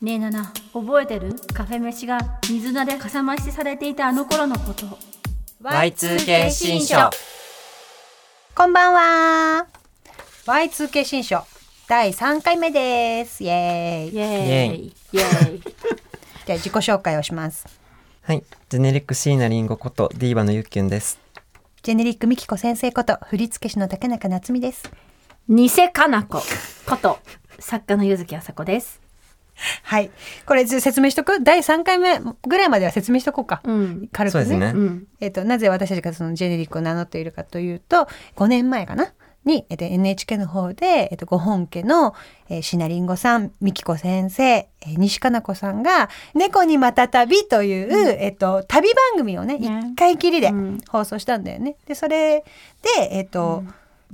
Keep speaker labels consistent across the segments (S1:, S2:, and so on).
S1: ねえナナ覚えてるカフェ飯が水菜でかさ増しされていたあの頃のこと
S2: Y2K 新書
S3: こんばんは Y2K 新書第3回目ですイエーイ
S1: イ
S3: じゃ
S1: エーイイエーイ
S3: あ自己紹介をします
S2: はい、ジェネリック椎名林檎ことディーバのゆっきゅんです。
S3: ジェネリックミキコ先生こと振付師の竹中夏実です
S1: 偽かなここと作家の柚木あさこです
S3: はいこれ説明しとく第3回目ぐらいまでは説明しとこうか、
S1: うん
S3: 軽く
S2: そうですね。
S1: うん
S3: えっとなぜ私たちがそのジェネリックを名乗っているかというと5年前かなに、えっと NHK の方で、えっと、ご本家の、えー、シナリンゴさん、ミキコ先生、えー西加奈子さんが「猫にまた旅」という、えっと、旅番組をね
S1: ね
S3: 一回きりで
S1: うん
S3: 放送したんだよね。でそれで、えっと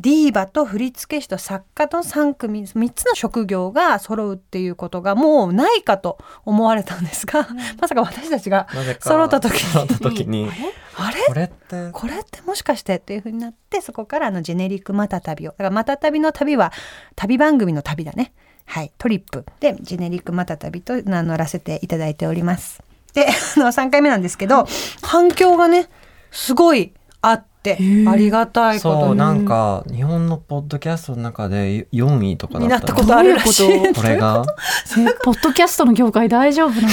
S3: ディーバと振付師と作家と3組3つの職業が揃うっていうことがもうないかと思われたんですが、まさか私たちが
S2: なぜか
S3: 揃った時に
S2: 揃った時に
S1: あれ
S3: あれ
S2: これって
S3: これってもしかしてっていう風になってそこからあのジェネリックまた旅をだからまた旅の旅は旅番組の旅だねはいトリップでジェネリックまた旅と名乗らせていただいておりますで あの3回目なんですけど反響がねすごいあってありがたいこ
S2: そ
S3: と
S2: う
S3: に
S2: なんか日本のポッドキャストの中で4位とかだ
S3: に
S2: っ
S3: な
S2: た
S3: ったことあるらし
S1: ど
S3: い
S1: ういうこ
S2: これが
S1: えポッドキャストの業界大丈夫な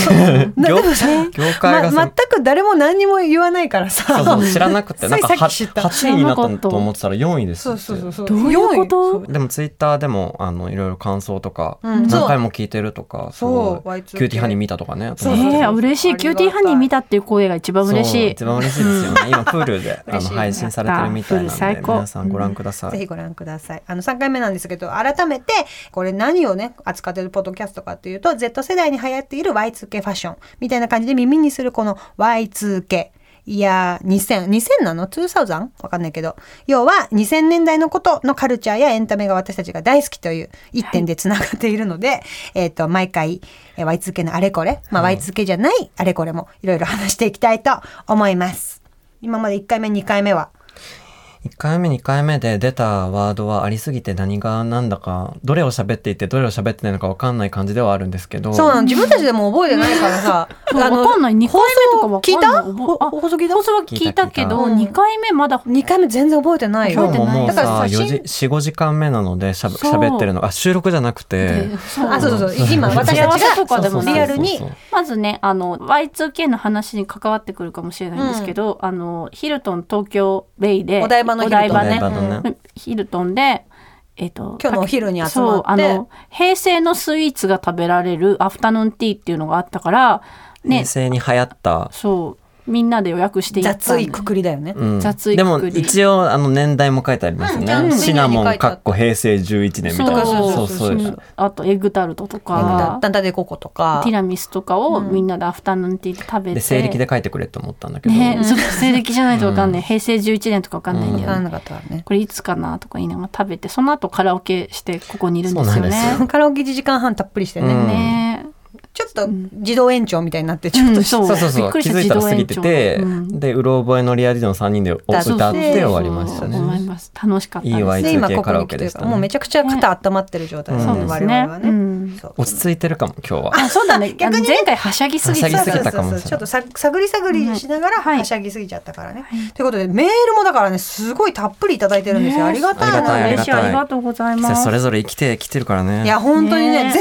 S1: の
S3: な
S2: 業
S3: でもさ
S2: 業界が
S3: ま全
S2: さ、
S3: く誰も何にも言わないからさ
S2: そうそう知らなくてなんか
S3: ついさっ
S2: は
S3: き知った
S2: 8位になったと思ってたら4位です
S3: そ
S2: っ
S3: う
S2: て
S3: そうそうそう
S1: どういうこと
S3: そう
S2: でもツイッターでもあのいろいろ感想とか、
S3: うん
S2: 何回も聞いてるとかす
S3: そ
S2: ごい
S3: う Y2K
S2: キューティーハニー見たとかね
S3: そう
S2: 友達
S1: えー、
S2: と
S1: 嬉し
S3: あ
S1: い
S3: りがたい
S1: キューティーハニー見たっていう声が一番嬉し
S2: そう
S1: い
S2: 一番嬉しいですよね今プールであ
S3: 嬉しい
S2: の
S3: ね
S2: 配信されてるみたい
S1: やっ
S2: な
S1: たプール最
S2: んで
S1: 高。
S2: 皆さんご覧くださ
S3: ぜ
S2: い
S3: ひご覧ください。あの3回目なんですけど、改めてこれ何をね扱ってるポッドキャストかというと、Z 世代に流行っている Y2K ファッションみたいな感じで耳にするこの Y2K。いやー2000、2000なの ?2000? わかんないけど。要は2000年代のことのカルチャーやエンタメが私たちが大好きという一点でつながっているので、えっ、と、毎回えー Y2K のあれこれ、まあ、Y2K じゃないあれこれもいろいろ話していきたいと思います。今まで1回目、2回目は
S2: 1回目2回目で出たワードはありすぎて何が何だかどれを喋っていてどれを喋ってないのか分かんない感じではあるんですけど
S3: そうなの自分たちでも覚えてないからさ
S1: そうわかんない2回目とかわかんない
S3: 放送聞い
S1: 覚
S3: た
S1: えあ
S3: ほ放送聞いた
S1: 放送は聞いたけど
S3: 聞いた聞い
S1: 2
S3: た
S1: 回目まだ
S3: ?2 回目全然覚えてない
S2: 今
S3: よ
S2: 日。ももう
S3: だから
S2: さ
S3: さ
S2: 4時45時間目なのでしゃべ喋ってるのあ収録じゃなくて
S1: そう
S3: あ、そうそうそう。今
S1: 打
S3: 私
S1: ち合わせ
S3: た
S1: と
S3: ちが
S1: かでも
S2: そうそうそうそう
S3: リアルに。
S1: まずねあの Y2K の話に関わってくるかもしれないんですけど、あのヒルトン東京ベイで
S3: お台場のヒルトン
S2: お
S3: 今
S2: 台
S1: ね
S2: 場の
S1: う
S2: ね
S1: んヒルトンで、えっと
S3: 今日のお昼に集
S1: そ
S3: ま
S1: うあ
S3: って
S1: の。平成のスイーツが食べられるアフタヌーンティーっていうのがあったからね
S2: 平成に流行った
S1: そうみんなで予約して行ったん
S3: 雑
S1: で
S3: いくくりだよね。
S2: うん
S1: 雑い
S2: でも
S1: くくり
S2: 一応あの年代も書いてありますよね、
S3: うん
S2: シナモ
S3: メニューに書
S2: ン
S3: いてあ
S2: か
S3: った
S2: っこ平成11年みたいな
S1: そう
S2: そ
S3: そ
S2: うそうう
S3: そ
S2: そう
S3: う
S1: あとエッグタルトと
S3: ダ
S1: か
S3: ンタデココとか
S1: ティ。ラミスとかをみんなでアフタヌーンティーで食べて、
S2: で西暦で書いてくれと思ったんだけど、
S1: ね、そう西暦じゃないとわかんない、平成11年とかわかんないんだよね、
S3: わかんなかったわね。
S1: これいつかなとか言いながら食べてその後カラオケしてここにいるんです
S2: そ
S1: よ
S2: うなん
S1: ね
S2: です
S3: カラオケ1時間半たっぷりしてね。
S2: うん
S1: ね
S3: ちょっと自動延長みたいになって、ち
S1: え、
S3: ょっ
S1: う
S3: と
S1: ん、そう
S2: そうそうそう気づいたら過ぎてて、
S1: うん
S2: でうろ覚えのリアディの3人で歌って
S3: そう
S2: 終
S3: そう
S2: わりまし
S1: そ
S2: た
S1: うそう思い
S2: ね。
S1: ます楽しかったです
S2: いいわ
S3: で、今
S2: Y2K
S3: こ
S2: カ
S3: こ
S2: ラオ
S3: に
S2: ケ
S3: 来
S2: で
S3: て
S2: し
S3: る
S2: た
S3: か
S2: ね
S3: ら、もうめちゃくちゃ肩温まってる状態ですね、
S2: う
S1: そう
S2: ん
S1: です
S3: 我々
S1: ね
S3: は
S1: う
S3: ね。
S1: ん、
S3: そう
S2: 落ち着いてるかも今日は。
S1: そう だねあの前回はしゃぎすぎて
S2: はしゃぎすぎたかもしれない
S3: そうそうそうそうちょっとさ探り探りしながら
S1: はい
S3: はしゃぎすぎちゃったからね。ということでメールもだからねすごいたっぷりいただいてるんですよ。ありがたい
S2: ありがたい
S3: な。
S2: ありが
S1: 嬉しい
S2: たい
S1: ありがとうござい
S2: 季
S1: ます
S2: 節それぞれ生きてきてるからね。
S3: いや本当にね
S1: ね
S3: 全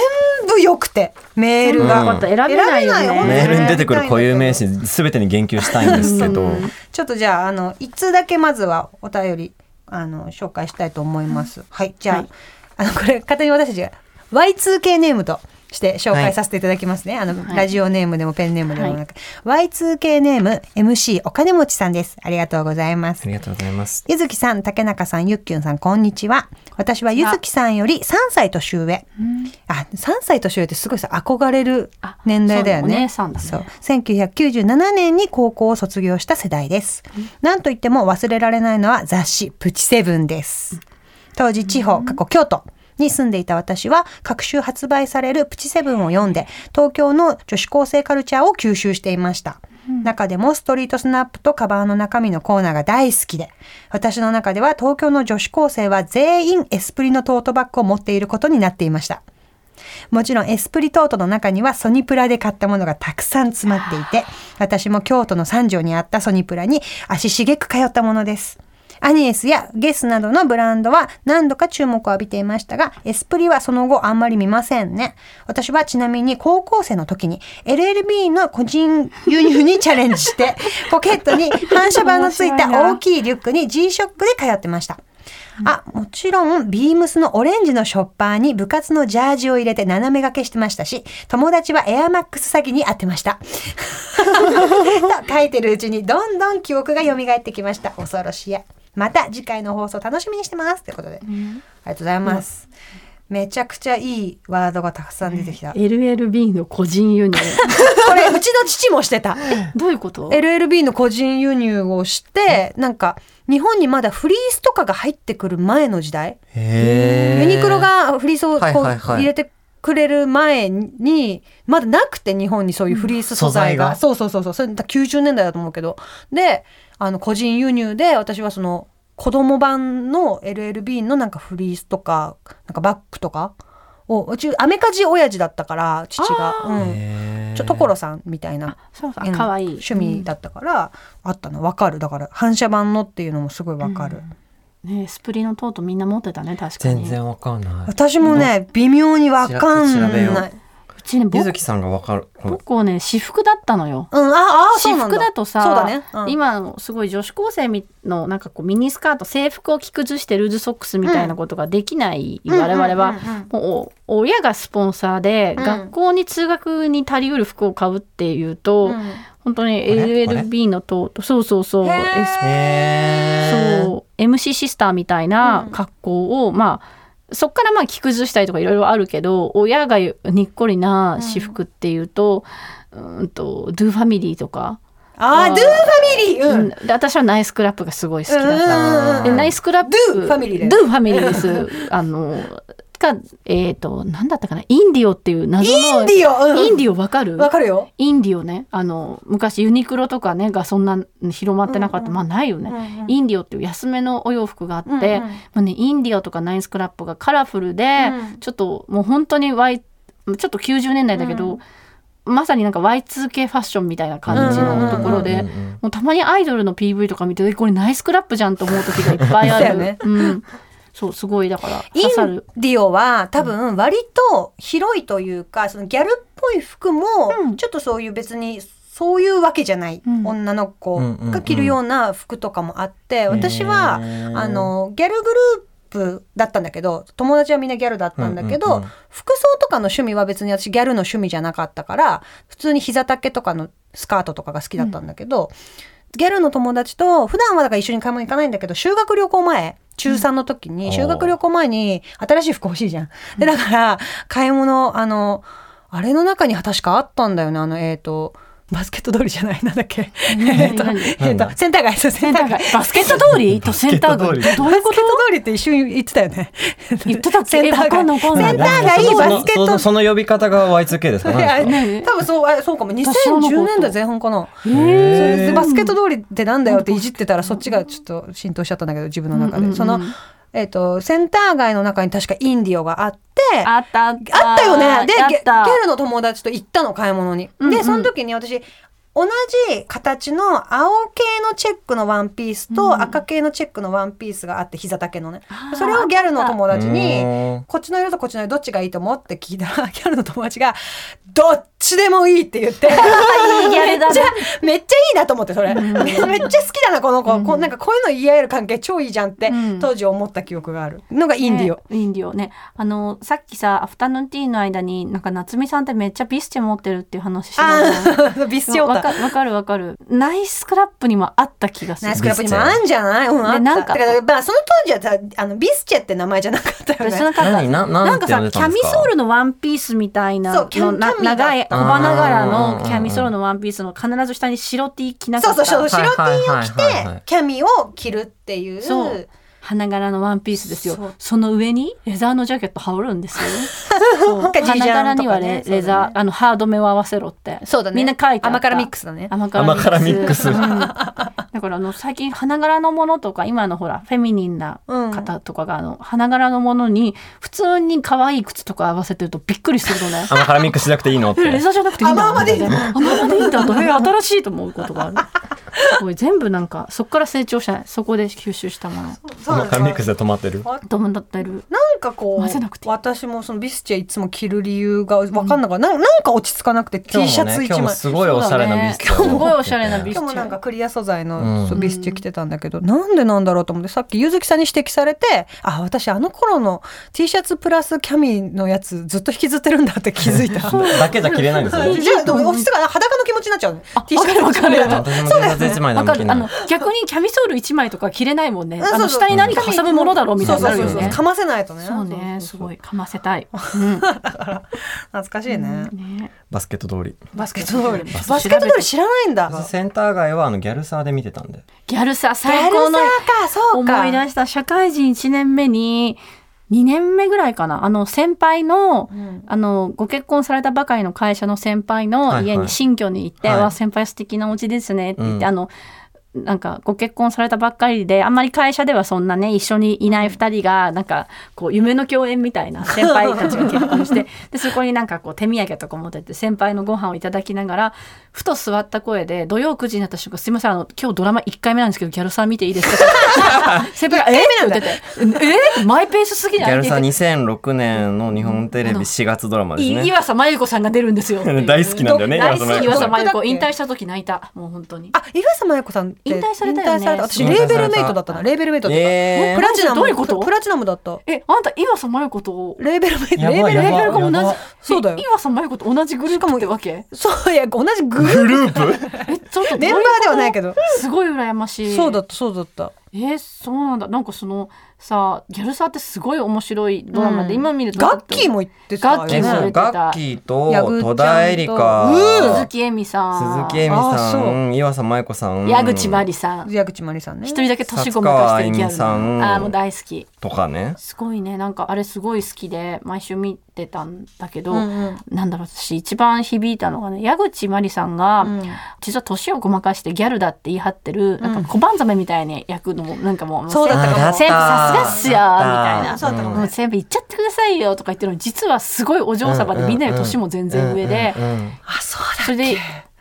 S3: 部良くてメール
S2: うん
S3: が。
S1: よかった選べないよね
S3: 選べないよ
S2: メールに出てくる固有名
S3: う
S2: 詞全てに言及したいんですけど、
S3: ちょっとじゃああの一通だけまずはお便りあの紹介したいと思います。はいじゃあ,、
S1: はい
S3: あのこれ勝手に私たちが Y2K ネームと。して紹介させていただきますね。あの、
S1: い
S3: ラジオネームでもペンネームでもなく、Y2K ネーム MC お金持ちさんです。ありがとうございます
S2: あ。りがとうございます。
S3: ゆずきさん、竹中さん、ゆっきゅんさん、こんにちは。私はゆずきさんより3歳年上。あ、3歳年上ってすごいさ、憧れる
S1: あ
S3: 年代だよね。
S1: そうお姉さんだね
S3: そう。1997年に高校を卒業した世代です。なんといっても忘れられないのは雑誌プチセブンです。当時地方、過去京都。に住んでいた私は各週発売されるプチセブンを読んで東京の女子高生カルチャーを吸収していました、中でもストリートスナップとカバーの中身のコーナーが大好きで私の中では東京の女子高生は全員エスプリのトートバッグを持っていることになっていましたもちろんエスプリトートの中にはソニプラで買ったものがたくさん詰まっていて、私も京都の三条にあったソニプラに足しげく通ったものです。アニエスやゲスなどのブランドは何度か注目を浴びていましたが、エスプリはその後あんまり見ませんね。私はちなみに高校生の時に LLB の個人輸入にチャレンジして、ポケットに反射板のついた大きいリュックに G-SHOCK で通ってました。あ、もちろん、ビームスのオレンジのショッパーに部活のジャージを入れて斜め掛けしてましたし、友達はエアマックス詐欺に当てました。 と書いてるうちにどんどん記憶が蘇ってきました。恐ろしいや。また次回の放送楽しみにしてます。ということで、ありがとうございます。めちゃくちゃいいワードがたくさん出てきた。こ
S1: LLB の個人輸入
S3: れ、うちの父もしてた。
S1: どういうこと
S3: LLB の個人輸入をして、なんか、日本にまだフリースとかが入ってくる前の時代
S2: へ
S3: ユニクロがフリースをこ
S2: は
S3: う
S2: いはいはい
S3: 入れてくれる前に、まだなくて日本にそういうフリース素材が。
S2: 素
S3: そうそうそうそう。それだ90年代だと思うけど。で、あの、個人輸入で私はその、子供版の LLB のなんかフリースとか、なんかバッグとかを、うち、アメカジ親父だったから、父が。うん。
S2: え
S3: ちょ、所さんみたいな。
S1: そう
S3: う
S1: そ
S3: ん
S1: うかわいい
S3: 趣味だったから、あったの。わかる。だから、反射版のっていうのもすごいわかる。
S1: ねえスプリのトートみんな持ってたね確かに
S2: 全然わかんない
S3: 私もね、微妙にわかん
S2: 調べよ
S3: な
S2: う
S3: い。
S1: うちねぼ
S2: ゆずきさんがわかる
S1: 僕はね私服だったのよ
S3: うん、あ、あ、そう
S1: 私
S3: なん
S1: 服だとさ
S3: そうだね。うん
S1: 今のすごい女子高生みのなんかこうミニスカート制服を着崩してルーズソックスみたいなことができない、
S3: うん
S1: 我々は、
S3: うんうんうんうん
S1: もうお親がスポンサーで、
S3: うん
S1: 学校に通学に足りうる服を買うっていうと、
S3: うん
S1: 本当に
S2: れ
S1: LLB のとそうそうそう
S3: へー
S1: S
S2: へー
S1: そう MC シスターみたいな格好を、まあそっからまあ着崩したりとかいろいろあるけど親がにっこりな私服っていうと、うーんとドゥファミリーとか、
S3: あ
S1: あ
S3: ー、
S1: ー
S3: ドゥーファミリー。うん。
S1: うんで私はナイスクラップがすごい好きだった。
S3: うんうんうん
S1: でナイスクラップ
S3: ドゥファミリーです
S1: ドゥファミリーです。あのかえっ、となんだったかなインディオっていう謎の
S3: インディオ。うん
S1: インディオわかる？
S3: わかるよ。
S1: インディオねあの昔ユニクロとかねがそんな広まってなかった、
S3: うんうん
S1: まあないよね、
S3: うんうん
S1: インディオっていう安めのお洋服があって、
S3: うんうん
S1: まあね、インディオとかナイスクラップがカラフルで、
S3: うん
S1: ちょっともう本当に Y ちょっと90年代だけど、まさになんか Y2K ファッションみたいな感じのところで。
S2: うんうんうんうん
S1: もうたまにアイドルの PV とか見てえこれナイスクラップじゃんと思う時がいっぱいあ
S3: そうだよ
S1: る。
S3: ね
S1: うん、そうすごいだから
S3: イ
S1: 刺さ
S3: ン
S1: る。
S3: ディオは多分割と広いというか、そのギャルっぽい服も
S1: うん
S3: ちょっとそういう別にそういうわけじゃない、
S1: うん
S3: 女の子
S2: うんうんうん
S3: が着るような服とかもあって、私は
S2: へー
S3: あのギャルグループだったんだけど友達はみんなギャルだったんだけど、
S2: うんうんうん
S3: 服装とかの趣味は別に私ギャルの趣味じゃなかったから普通に膝丈とかのスカートとかが好きだったんだけど、ギャルの友達と普段はだから一緒に買い物行かないんだけど修学旅行前中3の時に、
S2: うん
S3: 修学旅行前に新しい服欲しいじゃん。でだから買い物あのあれの中に確かあったんだよねあのえっ、とバスケット通りじゃないなんだっけ、えっと,、
S1: 何
S3: えっとセンター街そうセ
S1: セ
S3: ン
S1: ン
S3: タ
S1: タ
S3: ー
S1: ー
S3: 街
S1: 街バスケット通りとセンター
S2: バスケ
S1: 街
S2: ット通り
S1: どう
S3: バ
S1: い
S3: ス
S1: うこ
S3: ケット
S1: と
S3: 通りって一瞬言ってたよね。
S1: 言ってたっけ
S3: センター
S1: え
S3: 街
S1: わかんないわかんない
S3: センター街
S2: その
S3: バスケット
S2: そのその呼び方が Y2K ですか
S3: いや
S2: 何です
S1: ね
S3: 多
S2: か
S3: 分そうあそうかも
S1: 知らなかった
S3: 2010年代前半かな。 そ
S2: へー
S3: れでバスケット通りってなんだよっていじってたらそっちがちょっと浸透しちゃったんだけど自分の中
S1: うんうんう
S3: で
S1: ん
S3: その、えっとセンター街の中に確かインディオがあってあ
S1: あったあっ
S3: ったよねで
S1: あっ
S3: ゲゲ
S1: た
S3: ルの友達と行ったの買い物に。
S1: うんう
S3: で
S1: ん
S3: その時に私同じ形の青系のチェックのワンピースと赤系のチェックのワンピースがあって膝丈のね
S1: あー
S3: それをギャルの友達に
S2: うん
S3: こっちの色とこっちの色どっちがいいと思うって聞いたら、 ギャルの友達が、どっちでもいいって 言って、めっ
S1: いいギャルだ
S3: ちゃ
S1: ね、
S3: めっちゃいいなと思って、それ。 めっちゃ好きだな、この子。こうなんかこういうの言い合える関係超いいじゃんって
S1: う、ん
S3: 当時思った記憶がある。のがインディオ。
S1: インディオねあのさっきさアフタヌーンティーの間になんか夏美さんってめっちゃビスチェ持ってるっていう話してたじゃん
S3: ああ、 ビスチョ
S1: わ
S3: ー
S1: か
S3: タ。
S1: わかるわかるナイスクラップにもあった気がす
S3: ナ
S1: る
S3: イスクラップにもあんじゃないうん、あ
S1: で
S3: っ
S1: な
S3: た。
S1: んか
S3: だから、まあ、その当時はさ、あの、ビスチェって名前じゃなかったよ
S1: 私
S3: ね。
S1: なんか
S2: 何な
S1: な
S2: なんん
S1: か
S2: て
S1: さ
S2: 呼んで
S1: キ
S2: た
S1: ャ
S2: ん
S1: ミ
S2: ですか
S1: ソールのワンピースみたいな
S3: そうキャ
S1: のな
S3: キャミだ
S1: 長い小花柄のキャミソールのワンピースの必ず下に白 T 着なか
S3: そ
S1: っ
S3: うそ
S1: た
S3: うそう、白 T を着て
S2: はいはいはいはい、
S3: キャミを着るっていう。
S1: そう花柄のワンピースですよ
S3: そう
S1: その上にレザーのジャケット羽織るんですよ そう
S3: なんかジー
S1: 花
S3: ジャ
S1: 柄
S3: ンと
S1: に
S3: か
S1: は
S3: ね
S1: レ,、
S3: そうだね
S1: ザーあのハードめを合わせろって
S3: そうだね。
S1: みんな書いてあった
S3: 甘辛ミックスだね。
S1: 甘辛ミックス
S2: 甘辛ミックス
S1: うんなんかからあの最近花柄のものとか今のほらフェミニンな方とかがあの花柄のものに普通に可愛い靴とか合わせてるとびっくりするのね。
S2: 甘辛ミックスしなくていい のって
S1: えレザーじゃなくていいんだ
S3: あまあまあでいい
S1: みたいなあまあまあでいいんだとえ新しいと思うことがある。すごい全部なんかそこから成長したそこで吸収したもの
S3: そうなんで
S2: 甘
S3: す
S2: 辛ミックス
S3: よ
S2: で止まってる
S1: どうなってる
S3: なんかこ
S1: 混ぜなく
S3: う
S1: ていい
S3: 私もそのビスチェいつも着る理由が分かんなかった、ななんか落ち着かなくて T シャツ
S2: 今
S3: 一
S2: 日も
S3: 枚
S2: すごいおしゃれなビス
S1: そうだね今日もすごいおしゃれなビス
S3: 今日もなんかクリア素材
S2: う
S3: の
S2: ん
S3: そうビスチェ着てたんだけど、なんでなんだろうと思ってさっきゆずきさんに指摘されてあ私あの頃の T シャツプラスキャミのやつずっと引きずってるんだって気づい た。じ
S2: だけじゃ着れないん ですよね
S3: ゃあでも落ち着かない裸の気持ちになっちゃうね。T シ
S1: わかる
S3: ャ
S1: わ
S3: ツ
S1: かる
S2: 私も T シャツ一枚
S1: わ
S2: 何
S1: かる
S2: も着
S1: あ
S2: ない
S1: の逆にキャミソール1枚とか着れないもんね
S3: あそう
S1: あ
S3: そう
S1: の下に何か挟むものだろうみたいになるよ
S3: そうそう
S1: ね
S3: そうかませないとね。
S1: そうねすご
S3: い。
S1: いかませたい、うん
S3: 懐かしいね。
S1: ね
S2: バスケット通り
S3: バスケットボール。
S1: バスケ
S3: バスケットボール知らないんだ。
S2: センター街はあのギャルサーで見てたんで
S1: ギャルさ
S3: や
S1: 最
S3: る
S1: 高の
S3: さか、そうか。
S1: 思い出した社会人1年目に2年目ぐらいかなあの先輩の,、
S3: ん
S1: あのご結婚されたばかりの会社の先輩の
S2: はい
S1: 家
S2: は
S1: に
S2: い
S1: 新居に行って「
S2: はい
S1: わ先輩素敵なお家ですね」って言って、
S2: うん
S1: あのなんかご結婚されたばっかりであんまり会社ではそんなね一緒にいない2人がなんかこう夢の共演みたいな先輩たちが結婚して でそこになんかこう手土産とか持ってって先輩のご飯をいただきながらふと座った声で土曜9時になった瞬間「すいませんあの今日ドラマ1回目なんですけどギャルさん見ていいですか?」 先輩が「えっ?」って言ってて「えっマイペースすぎ
S2: ギ
S1: ない?」
S2: ャ
S1: っ
S2: ル
S1: て
S2: サ
S1: 言
S2: ー
S1: って
S2: 2006年の日本テレビ4月ドラマです
S1: い
S2: ね
S1: 岩佐真由子さんが出るんですよ
S2: 大好きなんだよね
S1: 大好
S2: 真
S1: き
S2: 由
S1: 岩
S2: 子
S1: 佐
S2: さん
S1: 真由子
S3: ど
S1: 引退した時泣いたもう本当に
S3: あ、岩佐麻也子さんって
S1: 引退されたよね
S3: 引退れ私
S2: 引退
S3: レ
S2: さ
S3: ー
S2: れた
S3: ベルメイトだったな。レーベルメイトだった。
S2: えー
S3: プラチナム
S1: どういうこと
S3: プラチナムだった。
S1: えあんた岩佐真由子と
S3: レーベルメイト。
S2: やばい
S3: レーベルメ
S1: レ
S3: イト
S1: ベルが同
S2: やば
S1: じ
S3: そうだよ
S1: え岩佐真由子と同じグループってわ け
S3: そういや同じグループ
S1: えちょっとどういうこと
S3: メンバーではないけど。
S1: すごい羨ましい
S3: そうだったそうだった。
S1: えーそうなんだなんかそのさギャルサーってすごい面白いドラマで、
S3: うん
S1: 今見ると
S3: ガッキーも言ってたよ
S1: ガッキ
S2: え
S1: ー
S2: そ
S1: も
S2: う
S1: 出て
S3: ね。
S1: た
S2: ガッキーと戸田恵梨
S3: ヤ
S1: 鈴
S3: グ
S2: 香
S1: 木恵美さん
S2: 鈴木恵美
S3: あ
S2: さ
S3: そ
S2: ん岩佐麻友子さん
S1: 矢口真理さん
S3: 矢口真理さんね。
S1: 一人だけ年ごまかしてるギャル
S2: 薩川あゆみさん
S1: あーもう大好き
S2: とかね
S1: すごいねなんかあれすごい好きで毎週見てたんだけど、
S3: うんうん
S1: なんだろう私一番響いたのがね矢口真理さんが、
S3: うん
S1: 実は年をごまかしてギャルだって言い張ってる、なんか小判ザメみたいに役のもなんかもう
S3: そうだったかも
S1: もう先輩さすがっ
S2: あ
S1: すよみたいな
S2: った
S3: そうだったか
S1: もう全部行っちゃってくださいよとか言ってるのに実はすごいお嬢様でみんなより年も全然上で
S2: うんうんうん
S3: あそうだ。
S1: それで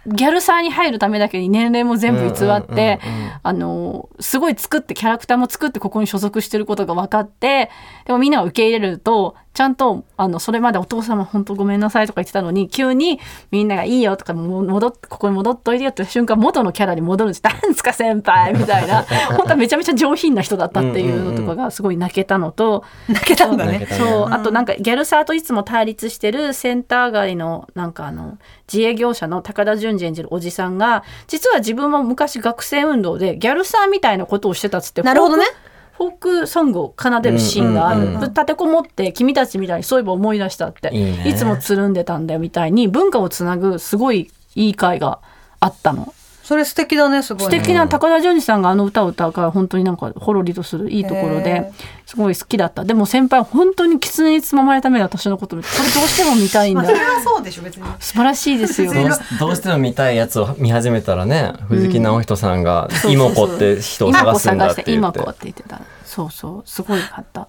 S1: ギャルサーに入るためだけに年齢も全部偽って
S2: うんうんうんうん
S1: あのすごい作ってキャラクターも作ってここに所属してることが分かってでもみんなが受け入れるとちゃんとあのそれまでお父様本当ごめんなさいとか言ってたのに急にみんなが「いいよ」とかもう戻っここに戻っといてよって瞬間元のキャラに戻るんです「なんですか先輩」みたいな本当はめちゃめちゃ上品な人だったっていうのとかがすごい泣けたのと。
S3: 泣けたんだね。
S1: そう、あとなんかギャルサーといつも対立してるセンター街のなんかあの自営業者の高田純次演じるおじさんが実は自分も昔学生運動でギャルサーみたいなことをしてたっつって
S3: なるほどね。
S1: フォークフォークソングを奏でるシーンがある、
S2: うんうんうん
S1: ぶ立てこもって君たちみたいにそういえば思い出したって
S2: いいね
S1: つもつるんでたんだよみたいに文化をつなぐすごいいい会があったの。
S3: それ素敵だねすごい
S1: 素
S3: ね。
S1: 敵な高田純次さんがあの歌を歌うから本当になんかほろりとするいいところ
S3: へ
S1: で
S3: ー
S1: すごい好きだったでも先輩は本当に狐につままれた目で私のこと見てこれどうしても見たいん
S3: まあ
S1: だ
S3: そ れはそうでしょ別に。
S1: 素晴らしいですよ
S2: どうしどうしても見たいやつを見始めたらね藤木直人さんが「妹子って人を探すんだ」って言
S1: 今
S2: っ
S1: 子
S2: て
S1: 探して今子って言ってたそうそうすごいかった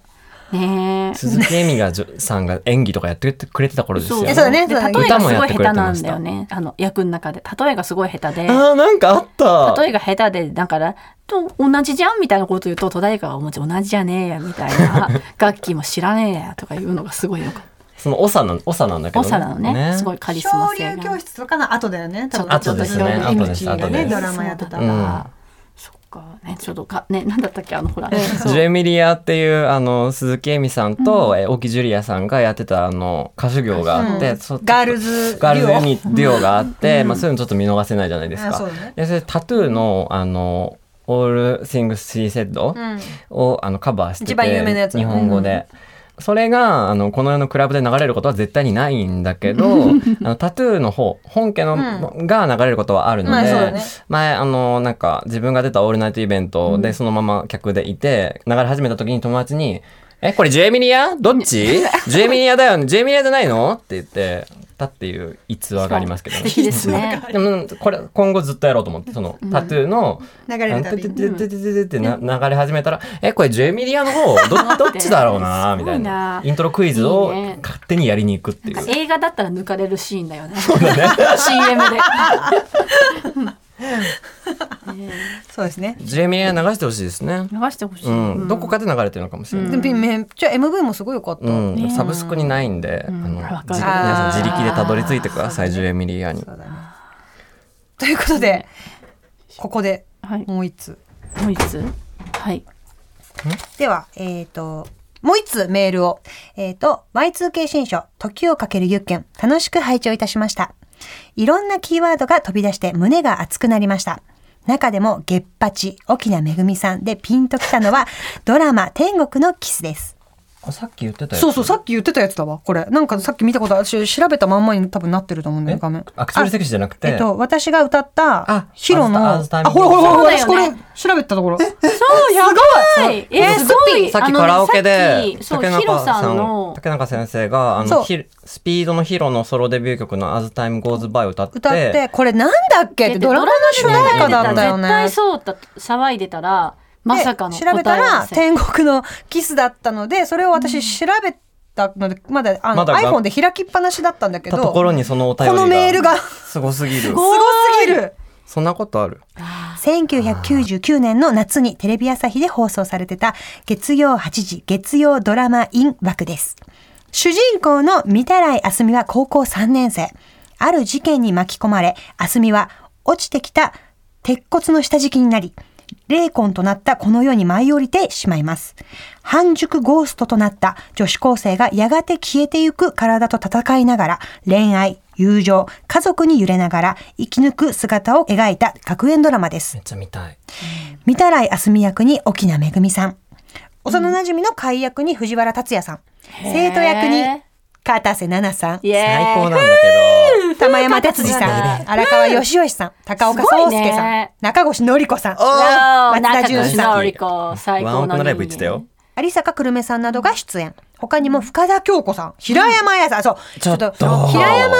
S1: ねえ
S2: 鈴木恵美がじょさんが演技とかやってくれてた頃ですよ
S3: え
S2: ね
S3: そうだね
S1: で例え
S2: 歌
S1: が
S2: も
S1: す
S2: や
S1: ごい
S2: って
S1: 下手
S2: くれ
S1: な
S2: てま
S1: ん
S2: し
S1: だ
S2: た
S1: よねあの役の中で例えがすごい下手で
S2: あーなんかあった
S1: 例えが下手でだからと同じじゃんみたいなこと言うと戸田恵梨香がもち同じじゃねえやみたいな 楽器も知らねえやとか言うのがすごいよかった。
S2: その長なん長なんだけど
S1: オサなのねすごいカリスマ
S3: 漂
S1: 性
S3: 流
S1: が
S3: 教室とかの後だよね。多分
S2: 後ですね
S3: ちょっと
S2: 後
S3: 今
S2: で
S3: ミ
S2: す
S3: キが
S2: 後で
S3: ね
S2: す
S3: ドラマやってた。
S1: そうだ
S2: うん
S1: そっかねちょっとかねなんだったっけあのほら、そう
S2: ジュエミリアっていうあの鈴木恵美さんとえ沖ジュリアさんがやってたあの歌手業があっ
S3: う
S2: て
S3: ん
S2: そ
S3: ガールズ
S2: ガールズ
S3: デ
S2: ユ
S3: ュオ
S2: ニットデュオがあってまあそういうのちょっと見逃せないじゃないです
S3: あ
S2: か
S3: そうだね
S2: でそれタトゥーのあの「All Things She Said」
S3: うん
S2: をあのカバーしてて
S3: 一番有名なやつ
S2: 日本語で。それがあのこの世のクラブで流れることは絶対にないんだ けどあのタトゥーの方本家の、が流れることはあるの
S3: まあ
S2: で、
S3: そうだね
S2: 前あのなんか自分が出たオールナイトイベントでそのまま客でいて、流れ始めた時に友達に「え、これジュエミリアどっちジュエミリアだよね。ジュエミリアじゃないのって言って、たっていう逸話がありますけ ど
S1: 素敵ですね。
S2: でもこれ今後ずっとやろうと思ってそのタトゥーの「
S3: 流れるた
S2: タト
S3: び
S2: ゥトゥトゥトゥトゥってな流れ始めたら「えこれジュエミリアの方どどっちだろうな」
S1: す
S2: み
S1: ご
S2: た
S1: いない
S2: なイントロクイズを
S1: いいね
S2: 勝手にやりに行くっていう
S1: なんか映画だったら抜かれるシーンだ よね。CM で。
S3: そうですね。
S2: ジュエミリア流してほしいですね、
S1: 流してほしい。
S2: うん、どこかで流れてるのかもしれない、
S3: でもめっちゃ MV もすごい良かった。
S2: うん
S1: ね
S2: サブスクにないんで、あの
S1: わかる
S2: じ皆さん自力でたどり着いてくださ
S3: あ
S2: い
S3: ー
S2: ジュエミリアに
S3: そうだね。ということで、ここで
S1: はい。
S3: もう一つ。
S1: ドイツ。はい。
S3: では、えっ、と、もう一つメールを。えっ、と、Y2K 新書、時をかけるゆっけん、楽しく拝聴いたしました。いろんなキーワードが飛び出して胸が熱くなりました。中でも、ゲッパチ、沖縄めぐみさんでピンときたの は、ドラマ、天国のキスです。
S2: あさっき言ってたやつ
S3: そうそう、さっき言ってたやつだわ、これ。なんかさっき見たこと、私調べたまんまに多分なってると思うんだよ、画面。
S2: アクチュアルセクシーじゃなくて
S3: えっと、私が歌っ
S2: あ
S3: た、ヒロの、
S2: アンスタアンスタイミン
S3: ほら
S2: グ
S3: ほらほら、私
S1: そ
S3: こ
S1: うだ
S3: れ
S1: よね
S3: 調べたところ。
S1: そう、やばい。えー、すごい。
S2: さっ
S1: あ
S2: き
S1: のね
S2: カラオケ
S1: さっ
S2: で
S1: きそう、
S2: 竹
S1: ヒロ
S2: 中
S1: さ
S2: さ
S1: ん
S2: ん
S1: の。
S2: 竹中先生があ
S3: そう
S2: のヒスピードのヒロのソロデビュー曲の「As Time Goes By」を歌って
S3: 歌って、これなんだっけって、ドラマの主題歌だったよね。
S1: 絶対そうだ騒いでたら、まさかの
S3: で調べた
S1: 答え合わ
S3: ら
S1: せ
S3: 天国のキスだったのでそれを私調べたので、まだあの
S2: まだが
S3: iPhone で開きっぱなしだったんだけ
S2: た
S3: ど
S2: ところにそのお便りが
S3: このメールが
S2: すごすぎる
S3: すごすぎる
S2: そんなことある
S3: 1999年の夏にテレビ朝日で放送されてた月曜8時月曜ドラマ in 枠です。主人公の御たらいあすみは高校3年生。ある事件に巻き込まれ、あすみは落ちてきた鉄骨の下敷きになり、霊魂となったこの世に舞い降りてしまいます。半熟ゴーストとなった女子高生がやがて消えてゆく体と戦いながら、恋愛、友情、家族に揺れながら生き抜く姿を描いた学園ドラマです
S2: め。っちゃ見たい
S3: 御たらいあすみ役に沖縄めぐみさん幼馴染の海役に藤原竜也さん生徒役に片瀬奈々さん
S1: イエーイ
S2: 最高なんだけど
S3: 玉山哲司
S1: 片瀬奈々
S3: さん荒川義義さん高岡
S1: すごい
S3: 壮
S1: ね
S3: 介さん中越典子さん
S1: わお
S3: 松田
S1: 中
S3: 純
S1: 越
S3: さん
S1: 典子最高
S2: ワ
S1: の
S2: ンオクのライブ行ってた
S1: いい
S2: よ
S1: ね
S3: 有坂久留米さんなどが出演他にも深田恭子さん平山綾さんそう
S2: ちょっと
S3: 平山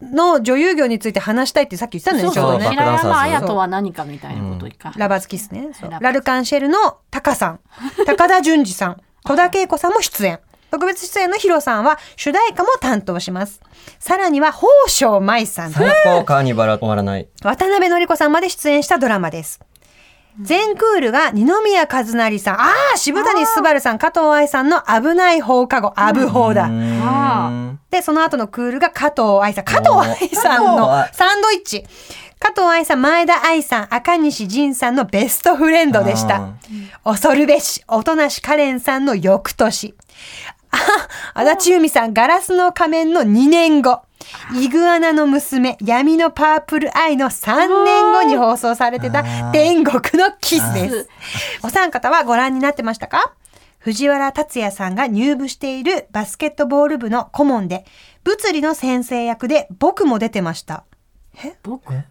S3: 綾の女優業について話したいってさっき言ってたんだ
S1: そ
S3: よ
S1: う
S3: ねちょう
S1: そう平
S3: どね
S2: バックダンサーズ
S1: 山綾とは何かみたいなこと一回
S3: ラバーズキスねそう
S1: ラバ
S3: ラルカンシェルのタカ さん高田純次さん戸田恵子さんも出演特別出演のヒロさんは主題歌も担当しますさらには宝生舞さんと
S2: 最高カーニバルは終わらない
S3: 渡辺典子さんまで出演したドラマです全クールが二宮和也さんああ渋谷すばるさん加藤愛さんの危ない放課後アブ放だ、
S2: うーん
S1: あ
S3: で、その後のクールが加藤愛さん。加藤愛さん
S2: お
S3: の
S2: ー
S3: サンドイッチ。加藤愛さん、前田愛さん、赤西仁さんのベストフレンドでし
S2: あ
S3: た。恐るべし、音無しカレンさんの翌年。あ、足立由美さん、ガラスの仮面の2年後。イグアナの娘、闇のパープルアイの3年後に放送されてた天国のキスです。お三方はご覧になってましたか藤原達也さんが入部しているバスケットボール部の顧問で、物理の先生役で僕も出てました。
S1: 僕
S2: え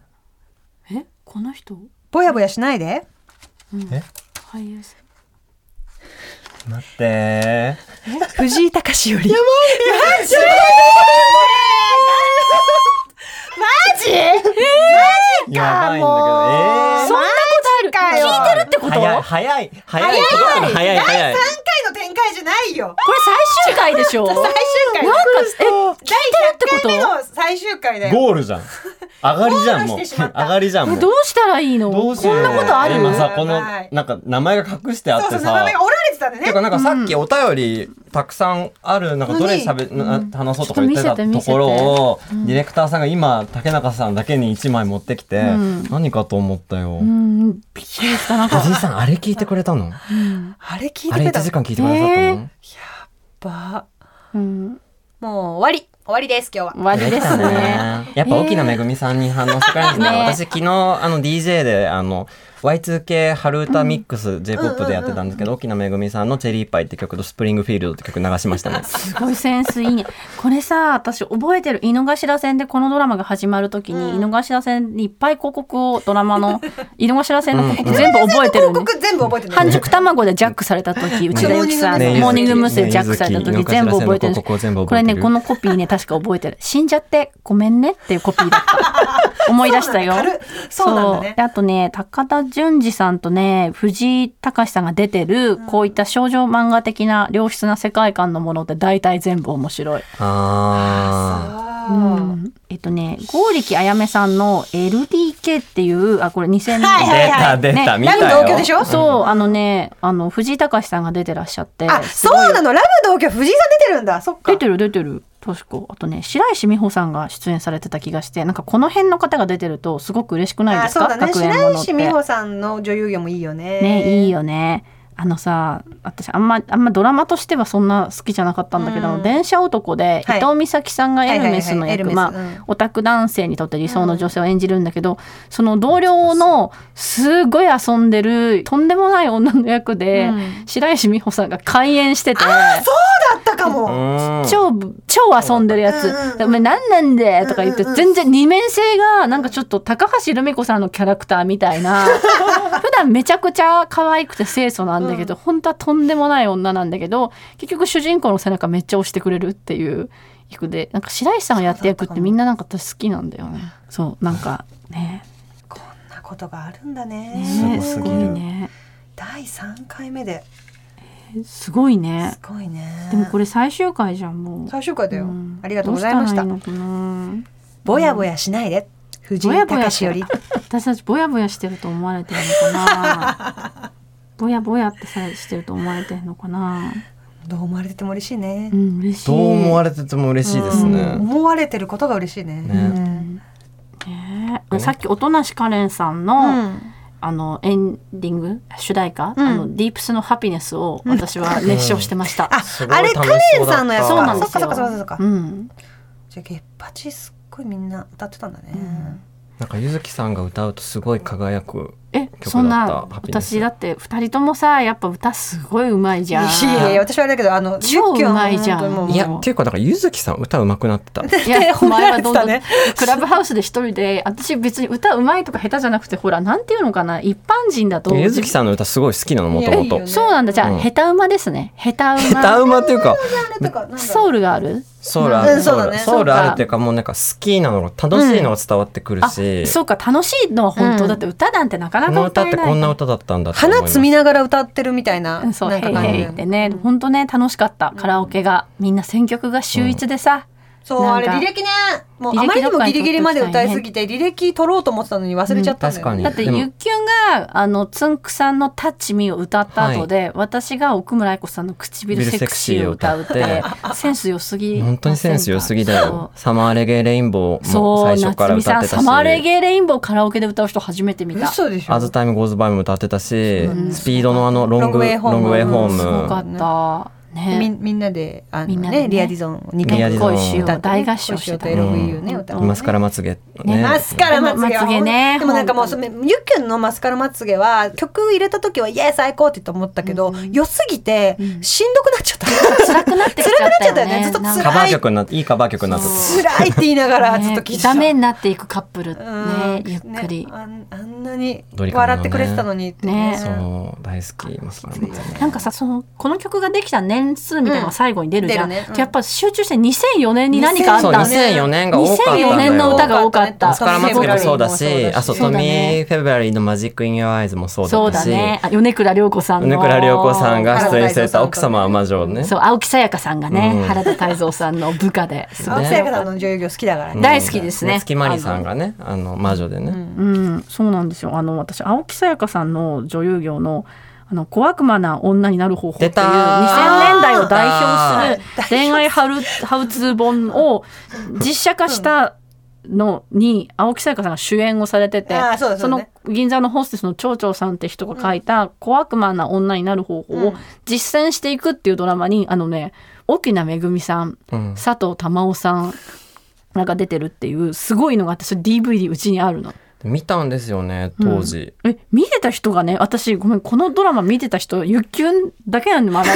S1: えこの人
S3: ぼやぼやしないで。
S2: え
S1: 俳優さん
S2: 待って
S3: 藤井隆より。やばいやマジ
S2: やばい
S1: そん
S2: んだけどえー
S1: なことある
S3: マジかよ
S1: 聞いてるってことこれ
S2: 早い早い早い早い早い早
S3: 回
S2: い
S3: の展開じゃないよ
S1: 最終回でしょ最終
S3: 回
S1: なんかえ聞いてるってこと
S3: 第100回目の最終回だよ
S2: ゴールじゃん上がりじゃんも
S3: ゴ
S2: う
S3: ールして
S2: 上
S3: しまった
S2: がりじゃんも
S1: え
S2: う
S1: どうしたらいいの
S2: どうしよ
S1: こ
S2: うん
S1: なことある
S2: 今さこ
S3: や
S2: の
S3: ばい
S2: なんか名前が隠してあっ
S3: そう
S2: て
S3: そう名
S2: さ
S3: 前が折られてたんで
S2: て
S3: ね
S2: かなんかさっきお便りたくさんあるなんかどれ喋な話そうとか言ってた
S1: ちょっと見せて見
S2: と
S1: せて
S2: ころをディレクターさんが今竹中さんだけに1枚持ってきて何かと思ったよ
S1: うんびっくりしたなんか
S2: 藤井さんあれ聞いてくれたの
S3: あれ聞い
S2: あ
S3: て
S2: れ
S3: くれた
S2: 1時間聞いてくださったの
S3: ば
S1: うん
S3: もう終わり終わりです今日は
S1: 終わりです ね。
S2: やっぱ沖野めぐみさんに反応してくれるんですね。
S1: ね
S2: 私昨日あの DJ であの Y2K 春歌ミックス J-POP でやってたんですけど、沖野めぐみさんのチェリーパイって曲とスプリングフィールドって曲流しましたね。
S1: すごいセンスいいね。これさ、私覚えてる井の頭線でこのドラマが始まるときに、井の頭線にいっぱい広告をドラマの井の頭線の広告全部覚えてる
S3: 広
S1: ね。
S3: 告全部覚えてる
S1: 半熟卵でジャックされた時、内田有紀さん
S3: ね
S1: のモーニング娘。
S2: ね
S1: ジャックされた時全部覚えてるん
S2: 井
S1: です
S2: の頭線の広告を全部
S1: こ
S2: 覚え
S1: れ
S2: てる
S1: ね、このコピーね、確か覚えてる。死んじゃってごめんねっていうコピーだ った。思い出したよ
S3: そうなんだ軽い。そうなんだね
S1: であとね、高田純次さんとね、藤井隆さんが出てる、こういった少女漫画的な良質な世界観のものって大体全部面白い。
S2: あ
S1: うんえっとね、剛力あやめさんの LDK っていう、あ、これ2000年。
S2: あ。
S3: はいはいはい
S2: 出た出た、
S1: ね
S2: 見たよ。
S3: ライブ同居でしょ
S1: そう、あのね、あの、藤井隆さんが出てらっしゃって。
S3: あそうなのラブ同居藤井さん出てるんだそっか
S1: 出てる出てる確かあとね白石美穂さんが出演されてた気がしてなんかこの辺の方が出てるとすごく嬉しくない
S3: あ
S1: です
S3: そう
S1: か
S3: だね
S1: 学園も
S3: 白
S1: のって
S3: 石美穂さんの女優業もいいよね
S1: ねいいよねあのさ私あんまあんまドラマとしてはそんな好きじゃなかったんだけど、
S3: うん
S1: 電車男で伊
S3: はい
S1: 藤美咲さんがエルメスの
S3: はいはいはいエル
S1: 役
S3: メス
S1: ま
S3: うん
S1: あオタク男性にとって理想の女性を演じるんだけど、その同僚のすごい遊んでるとんでもない女の役で、
S3: うん
S1: 白石美穂さんが開演してて。
S3: だったかも、
S2: うん
S1: 超超遊んでるやつ
S3: うんうん
S1: 「お前何なんで」とか言って
S3: うんうんうん
S1: 全然二面性がなんかちょっと高橋留美子さんのキャラクターみたい な普段めちゃくちゃ可愛くて清楚なんだけど、本当はとんでもない女なんだけど結局主人公の背中めっちゃ押してくれるっていう役でなんか白石さんがやって役ってみんななんか私好きなんだよね。そうなんかね
S3: こんなことがあるんだ
S1: ね
S3: ね
S2: す
S1: すご
S2: ご
S1: い
S2: すぎる
S1: ね
S3: 第三回目です
S1: ごいね
S3: すごいね
S1: でもこれ最終回じゃんもう。
S3: 最終回だよ、
S1: ん
S3: ありがとうございました
S1: どうたらいいのかな
S3: ぼやぼやしないで藤
S1: ぼや
S3: 井
S1: ぼやし
S3: 隆
S1: て
S3: より
S1: 私たちぼやぼやしてると思われてるのかな ぼやぼやってさしてると思われてるのかな
S3: どう思われてても嬉しいね
S1: う、ん嬉しい
S2: どう思われてても嬉しいです
S3: うん
S2: ね。
S3: 思われてることが嬉しいね
S2: ね
S1: うんねえさっき音無かれんさんの、
S3: うん
S1: あのエンディング主題歌、
S3: うん
S1: あのディープスのハピネスを私は熱唱してました、
S3: あ
S2: すごい
S3: あれカ
S2: 楽し
S3: レン
S2: そうだった
S3: さんのやつか
S1: そうなんですよ
S3: そっかそっかそっかそっか、
S1: うん、
S3: じゃあゲッパチすっごいみんな歌ってたんだね、
S2: なんかゆずきさんが歌うとすごい輝く。
S1: え
S2: った
S1: そんな
S2: ハピネス
S1: 私だって二人ともさやっぱ歌すごいうまいじゃん
S3: いやいや私はあれだけどあの
S1: 超うまいじゃん
S3: ユッキョは本当にもう
S2: いや
S1: もう
S2: っていうかだからゆずきさん歌うまく なってた。
S1: いや
S3: 褒めら
S1: お前は
S3: れてたね
S1: どんどんクラブハウスで一人で私別に歌うまいとか下手じゃなくてほらなんていうのかな一般人だと
S2: ゆずきさんの歌すごい好きなのもと
S3: い
S2: も
S3: やいい
S2: と
S3: よ。ね
S1: そうなんだじゃあ、
S2: うん
S1: 下手馬ですね下手馬
S2: 下手馬っていうか
S3: あれとかなんだろう
S1: ソウルがある
S2: ソウル
S3: う
S2: あ
S3: ん
S2: る
S3: そう
S2: ソ
S3: だ
S2: ウ
S3: ね
S2: ルソウルあるっていうかもうなんか好きなのが楽しいのが伝わってくる
S1: あ
S2: し、
S1: そうか楽しいのは本当、
S3: うん
S1: だって歌なんてなかな
S2: こ
S1: か
S2: の歌
S1: 歌え
S2: って
S1: ない
S2: こんな歌だったんだって思い
S3: 花
S2: ま
S3: 摘みながら歌ってるみたいな
S1: うんそう「
S3: なん
S1: へ
S3: か
S1: い
S3: 感じ
S1: へい」
S3: だよ
S1: ってね本当ね楽しかったカラオケがみんな選曲が秀逸でさ、
S3: そう
S1: なんか
S3: あれ履歴ねもう
S1: 履歴
S3: あまりにもギリギリまで歌いすぎて履歴取ろうと思ってたのに忘れちゃったんだよ
S2: うん
S3: ね
S1: だって
S2: でも
S1: ゆっきゅんがあのつんくさんの「タッチミー」を歌った後で、私が奥村愛子さんの「唇セクシー」を歌うって
S2: 唇セクシーを
S1: センス良すぎ
S2: 本当にセンス良すぎだよ。サマーレゲエレインボーも
S1: そう
S2: 最
S1: そう
S2: 初
S1: 夏
S2: から
S1: 美
S2: 歌
S1: さ
S2: っ
S1: ん
S2: てた
S1: サ
S2: し。
S1: マーレゲレインボーカラオケで歌う人初めて見た
S3: 嘘でしょ
S2: アズタイムゴーズバイも歌ってたし、
S1: ん
S2: スピードのあのロン
S3: ロング
S2: グ
S3: ウェイホーム
S2: ロングウェイホー
S1: すごか
S2: ム、
S1: ったね
S3: みみんなであ
S1: みん
S3: の
S1: なで
S3: ね
S1: ね
S3: リアディゾン2
S2: リア
S3: 回目
S2: ディゾン
S1: 恋しよ
S3: 歌っ
S1: う
S3: てね
S1: 大合唱してた
S3: 恋しようと LVU ね
S1: うん
S3: 歌
S1: う
S3: っ
S1: ん
S3: て
S2: マスカラまつげね。
S3: マスカラまつげは
S1: まつげね
S3: でもなんかもうそのゆっきゅんのマスカラまつげは曲入れた時はイエーイ最高って言って思ったけど、良すぎてしんどくなっちゃった、
S1: 辛くなってきちゃったよね
S3: 辛くなっちゃったよねずっと
S2: カバー曲になっていいカバー曲になってた。
S3: 辛いって言いながらずっと聞い
S1: ね
S3: てた、
S1: ダメになっていくカップルね
S3: うん
S1: ゆっくり、
S3: ねあんあんなに
S2: ドリカムのね
S3: 笑ってくれてたのにって
S1: ね
S2: そう大好きマスカラまつげ。
S1: なんかさそのこの曲ができた年数みたいなのが最後に出るじゃん、
S3: うん出るねうん
S1: やっぱ集中して2004年に何かあっ
S2: そう
S1: た
S3: 2004ね
S2: 2004年が
S1: 2004年の
S2: 多かったんだよ。
S1: 歌が多かった
S2: マスカラまつげもそうだ
S3: トミーフェブラリーもそうだし
S2: し、あ、そう、
S1: そ
S2: ト
S1: うだ
S2: ミ
S1: ね
S2: ー・フェブラリーのマジック・イン・ヨア・アイズもそう
S1: そう
S2: だ
S1: だ
S2: ったし、
S1: ねあ米倉涼子さんの
S2: 米倉涼子さんが出演していた奥様は魔女ね。
S1: そう青木さやかさんがね、
S2: うん
S1: 原田泰造さんの部下ですごい
S3: 青木さやかさんの女優業好きだからね、
S1: 大好きですね
S2: 夏木マリさんがね、あの、魔女でね。
S1: うん、そうなんですよ。あの私青木さやかさんの女優業のあの小悪魔な女になる方法っていう
S2: 出たー
S1: 2000年代を代表する恋愛ハウハウツー本を実写化したのに青木さやかさんが主演をされてて
S3: あーそうだそうだ
S1: の
S3: ね
S1: 銀座のホステスの蝶々さんって人が書いた「小悪魔な女になる方法」
S3: う
S1: を
S3: ん
S1: 実践していくっていうドラマにあのね沖縄めぐみさん
S2: うん
S1: 佐藤珠緒さんなんか出てるっていうすごいのがあってそれ DVD うちにあるの。
S2: 見たんですよね当時、
S1: え見てた人がね私ごめんこのドラマ見てた人ゆっきゅんだけなんでまだ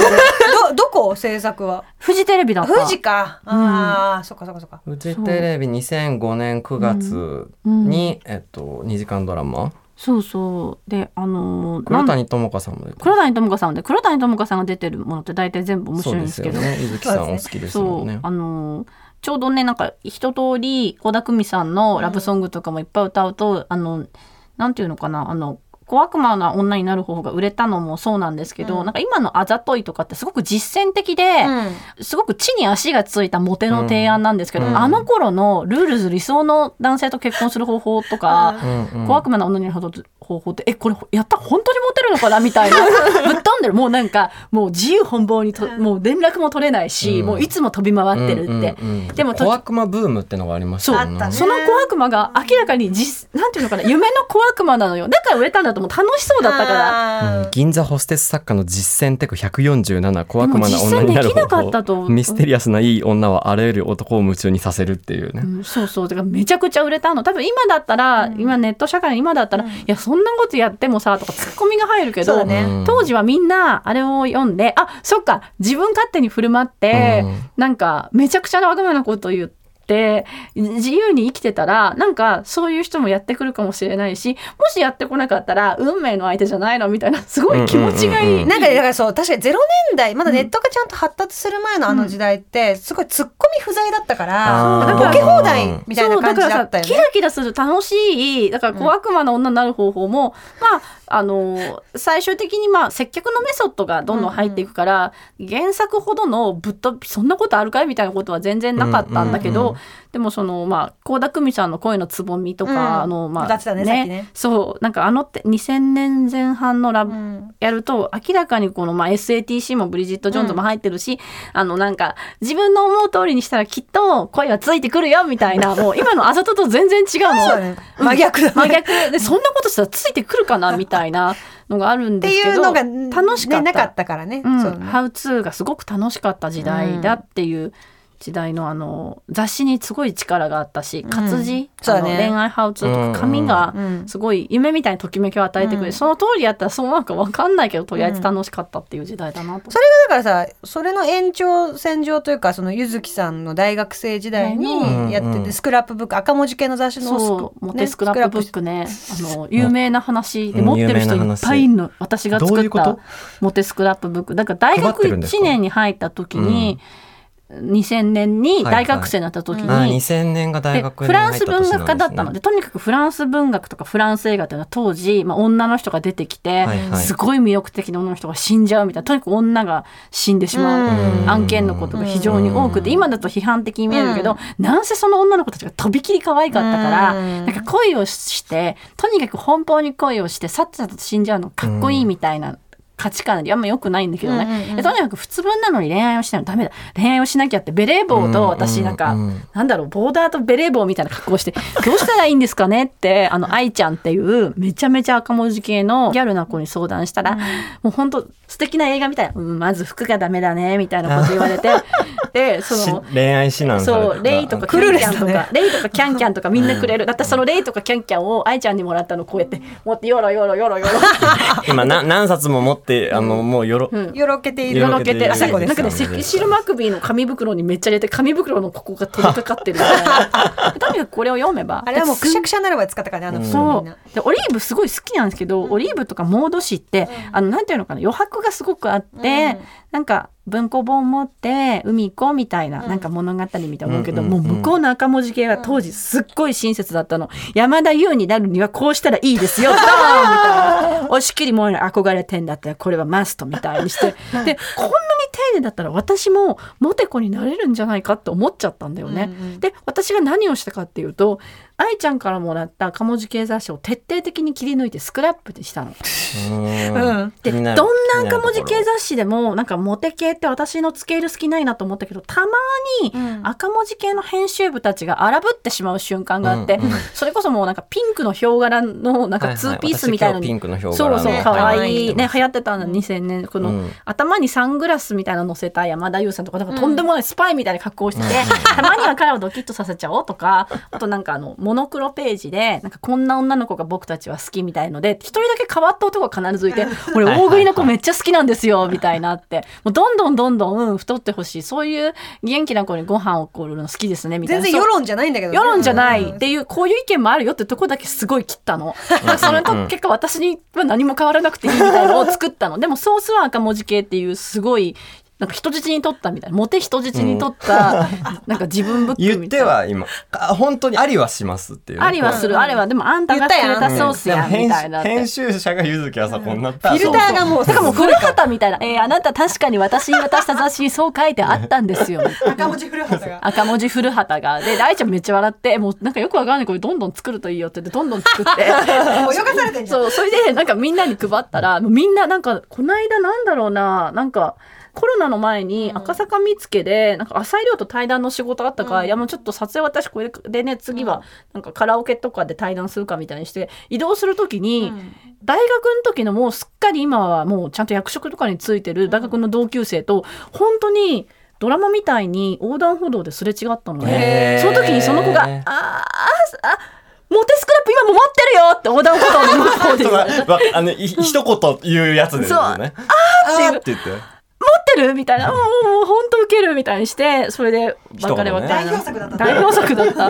S3: ど どこ制作は
S1: フジテレビだった
S3: 富士かああ、そっかそっかそっか
S2: フジテレビ2005年9月に、えっと、2時間ドラマ
S1: そうそうであのー
S2: 黒
S1: なん
S2: 谷友香さんも出て
S1: 黒谷友香さんで黒谷友香さんが出てるものって大体全部面
S2: そ
S1: 白
S2: う
S1: いん
S2: で
S1: です
S2: す
S1: け
S2: よ
S1: ど
S2: ね柚木さんお好きです
S1: そ
S2: も
S1: う、
S2: んね
S1: あのーちょうどねなんか一通り倖田來未さんのラブソングとかもいっぱい歌うと、あのなんていうのかなあの小悪魔な女になる方が売れたのもそうなんですけど、
S3: うん
S1: なんか今のあざといとかってすごく実践的で、
S3: うん
S1: すごく地に足がついたモテの提案なんですけど、
S2: うん
S1: あの頃のルールズ理想の男性と結婚する方法とか、
S2: うんうん
S1: 小悪魔な女になる方法ってえこれやった本当にモテるのかなみたい なぶっ飛んでるもうなんかもう自由奔放にともう連絡も取れないし、
S2: うん
S1: もういつも飛び回ってるって。
S2: うんうんうん
S1: でもと
S2: 小悪魔ブームってのがありましたよ
S3: そう
S2: ね
S3: あったね
S1: その小悪魔が明らかに実なんていうのかな夢の小悪魔なのよだから売れたんだと思う楽しそうだったから
S3: ら
S2: うん銀座ホステス作家の実践テク147小悪魔な
S1: でも
S2: 女になる
S1: 実践できなか
S2: 方
S1: ったと
S2: 法ミステリアスないい女はあらゆる男を夢中にさせるっていうね、
S1: うんそうそうだからめちゃくちゃ売れたの多分今だったら、今ネット社会の今だったら、
S3: うん
S1: いやそんなことやってもさとかツッコミが入るけ
S3: そう
S1: ど、
S3: だね
S2: うん
S1: 当時はみんなあれを読んであそっか自分勝手に振る舞って、
S2: うん
S1: なんかめちゃくちゃなわがままなこと言って。自由に生きてたらなんかそういう人もやってくるかもしれないしもしやってこなかったら運命の相手じゃないのみたいなすごい気持ちがいい、
S2: うんうんうんうん
S3: なんかだからそう確かに0年代まだネットがちゃんと発達する前のあの時代ってすごいツッコミ不在だったから、
S2: あー
S3: ボケ放題みたいな感じだったよ
S1: そうだからさキ
S3: ね。
S1: ラキラする楽しいだから小悪魔の女になる方法も、まああの最終的にまあ接客のメソッドがどんどん入っていくから、原作ほどのぶっとそんなことあるかいみたいなことは全然なかったんだけど、
S2: うんうんうん
S1: でもそのまあ倖田來未さんの声のつぼみとか、
S3: うん
S1: あのま
S3: 歌
S1: あ
S3: ってたねさっきね
S1: そうなんかあのって2000年前半のラブ、
S3: うん
S1: やると明らかにこの、まあ、SATC もブリジット・ジョーンズも入ってるし、あのなんか自分の思う通りにしたらきっと声はついてくるよみたいなもう今のあざとと全然違うの。
S3: そうだね真逆だね
S1: 真逆でそんなことしたらついてくるかなみたいなのがあるん
S3: って
S1: です
S3: い
S1: け
S3: う
S1: ど
S3: のが
S1: 楽しかった,、
S3: ねなかったからね。
S1: うん
S3: そうね
S1: ハウツーがすごく楽しかった時代だっていう時代のあの雑誌にすごい力があったし活字、
S3: そう
S1: あ
S3: だ
S1: の
S3: ね
S1: 恋愛ハウツーとか紙が
S3: うん
S1: すごい夢みたいなときめきを与えてくれる、
S3: うん
S1: その通りやったらそうなんか分かんないけどとりあえず楽しかったっていう時代だなと。
S3: それがだからさそれの延長線上というかそのゆずきさんの大学生時代
S1: うん
S3: にやって
S2: うんう
S3: て
S2: ん
S3: スクラップブック赤文字系の雑誌の
S1: そう、モテスクラップブックね、あの有名な話で
S2: うん
S1: 持ってる人
S2: 有名ない
S1: っ
S2: 話
S1: ぱいいるの。私が
S2: ど
S1: 作
S2: うい
S1: っ
S2: うこ
S1: た
S2: と
S1: モテスクラップブック、だから大
S2: 配っ
S1: 学
S2: てるんですか
S1: 1年に入った時に、2000年に大学生になった時に、
S2: あ2000年が大
S1: で
S2: 学
S1: フ
S2: に
S1: ラン
S2: 入っ
S1: ス
S2: た年なん
S1: 文
S2: ですね
S1: 学家だったのでとにかくフランス文学とかフランス映画っていうのは当時、まあ、女の人が出てきて、
S2: はいはい
S1: すごい魅力的な女の人が死んじゃうみたいなとにかく女が死んでしまう。
S3: うん
S1: 案件のことが非常に多くて、
S2: うん
S1: 今だと批判的に見えるけど、なんせその女の子たちがとびきり可愛かったから、
S3: うん
S1: なんか恋をしてとにかく奔放に恋をしてさっさと死んじゃうのかっこいいみたいな。価値観よりあんま良くないんだけどね、
S3: うんうんうん
S1: でとにかく普通分なのに恋愛をしないのダメだ恋愛をしなきゃってベレー帽と私なんか、
S2: うんうんうん
S1: なんだろうボーダーとベレー帽みたいな格好をして どうしたらいいんですかねってあの愛ちゃんっていうめちゃめちゃ赤文字系のギャルな子に相談したら、もう本当素敵な映画みたいな、うんまず服がダメだねみたいなこと言われ てでそ
S2: し
S1: の
S2: 恋愛指南され
S1: そ
S2: た
S1: う、レイとかキ
S3: クル
S1: ャ
S3: ー
S1: ン
S3: レ
S1: キ
S3: ス
S1: ャンと
S3: だね
S1: か、 レイとかキャンキャンとかみんなくれる。だってそのレイとかキャンキャンを愛ちゃんにもらったのこうやって持ってよろよろよろよろ。
S2: 今な何冊も持ってあのもうよろ、
S1: うん
S3: よろけてい
S1: よ
S3: る
S1: ろけて、あ
S3: 最後です
S1: なんかね、セシルマクビーの紙袋にめっちゃ入れて、紙袋のここが取りかかってるみたい な。とにかくこれを読めば。
S3: あれはもうくしゃくしゃになるまで使ったからねあの
S1: そ
S3: みんな
S1: うでオリーブすごい好きなんですけど、オリーブとかモード誌って、あのなんていうのかな余白がすごくあって、なんか文庫本持って海行こうみたいな、なんか物語みたいな思うけど、
S2: うんうんうん
S1: もう向こうの赤文字系は当時すっごい親切だったの、山田優になるにはこうしたらいいですよドーンみたいな押し切りもえの憧れてんだったらこれはマストみたいにしてでこんなに丁寧だったら私もモテ子になれるんじゃないかって思っちゃったんだよね。
S3: うんうん
S1: で私が何をしたかっていうと愛ちゃんからもらったかもじ系雑誌を徹底的に切り抜いてスクラップにしたの。
S2: うん
S1: で
S2: 気
S1: ど
S2: に
S1: ん
S2: な
S1: な
S2: る
S1: か文字系雑誌でもなんかモテ系って私のつけ入る隙ないなと思ったけどたまに
S3: うん
S1: 赤文字系の編集部たちが荒ぶってしまう瞬間があって、
S2: うんうん
S1: それこそもうなんかピンクのヒョウ柄のなん
S2: は
S1: か
S2: い
S1: ツーピースみたいの
S2: 私
S1: に、
S2: 今日ピンクの表
S1: そうそう
S3: ね
S1: 可愛
S3: はい
S1: いね流行ってたの2000年この、
S2: うん
S1: 頭にサングラスみたいなの乗せた山田優さんとかなんかとんでもないスパイみたいな格好をしてて、 たまには彼をドキッとさせちゃおうとかあとなんかあのモノクロページでなんかこんな女の子が僕たちは好きみたいので一人だけ変わった男が必ずいて「俺大食いの子めっちゃ好きなんですよ」みたいなってもうどんどんどんどん、うん、太ってほしいそういう元気な子にご飯をこるの好きですねみたい
S3: 全
S1: な。
S3: 然世論じゃないんだけどね、
S1: 世論じゃない
S3: うん
S1: っていうこういう意見もあるよってとこだけすごい切ったの そのと結果私には何も変わらなくていいみたいのを作ったのでもソースは赤文字系っていうすごいなんか人質に取ったみたいなモテ人質に取った、なんか自分ブック
S2: 言っ
S1: みたい
S2: て
S1: な。
S2: は今あ本当にありはしますっていうね
S1: ありはする、あれはでもあんたがくれたソースや
S2: でも
S1: み
S2: 編
S1: たいなって
S2: 編集者が柚木あさこになった
S3: フィルターがもう
S1: だからもう古畑みたいな「えーあなた確かに私に渡した雑誌にそう書いてあったんですよ」みたいな
S3: 赤文字古畑が
S1: 赤文字古畑がで愛ちゃんめっちゃ笑ってもうなんかよくわからないこれどんどん作るといいよって言ってどんどん作って
S3: 泳がされてんじゃん
S1: そうそれでなんかみんなに配ったらもうみんななんかこの間なんだろうななんかコロナの前に赤坂見附でなんか浅井亮と対談の仕事あったから、いやもうちょっと撮影私これでね次はなんかカラオケとかで対談するかみたいにして移動する時に、大学の時のもうすっかり今はもうちゃんと役職とかについてる大学の同級生と本当にドラマみたいに横断歩道ですれ違ったので、
S2: へー
S1: その時にその子が「あーああモテスクラップ今も持ってるよ!」って横断歩道の向こうで
S2: ち
S1: 言
S2: ょっと
S1: わ
S2: わ
S1: れて
S2: わあの い一言言うやつですよね
S1: そうあー
S2: あーって言って
S1: 持ってるみたいな「もうもう本当ウケる」みたいにしてそれで別れ別れ
S2: 代
S3: 表作だった
S1: 代表作だった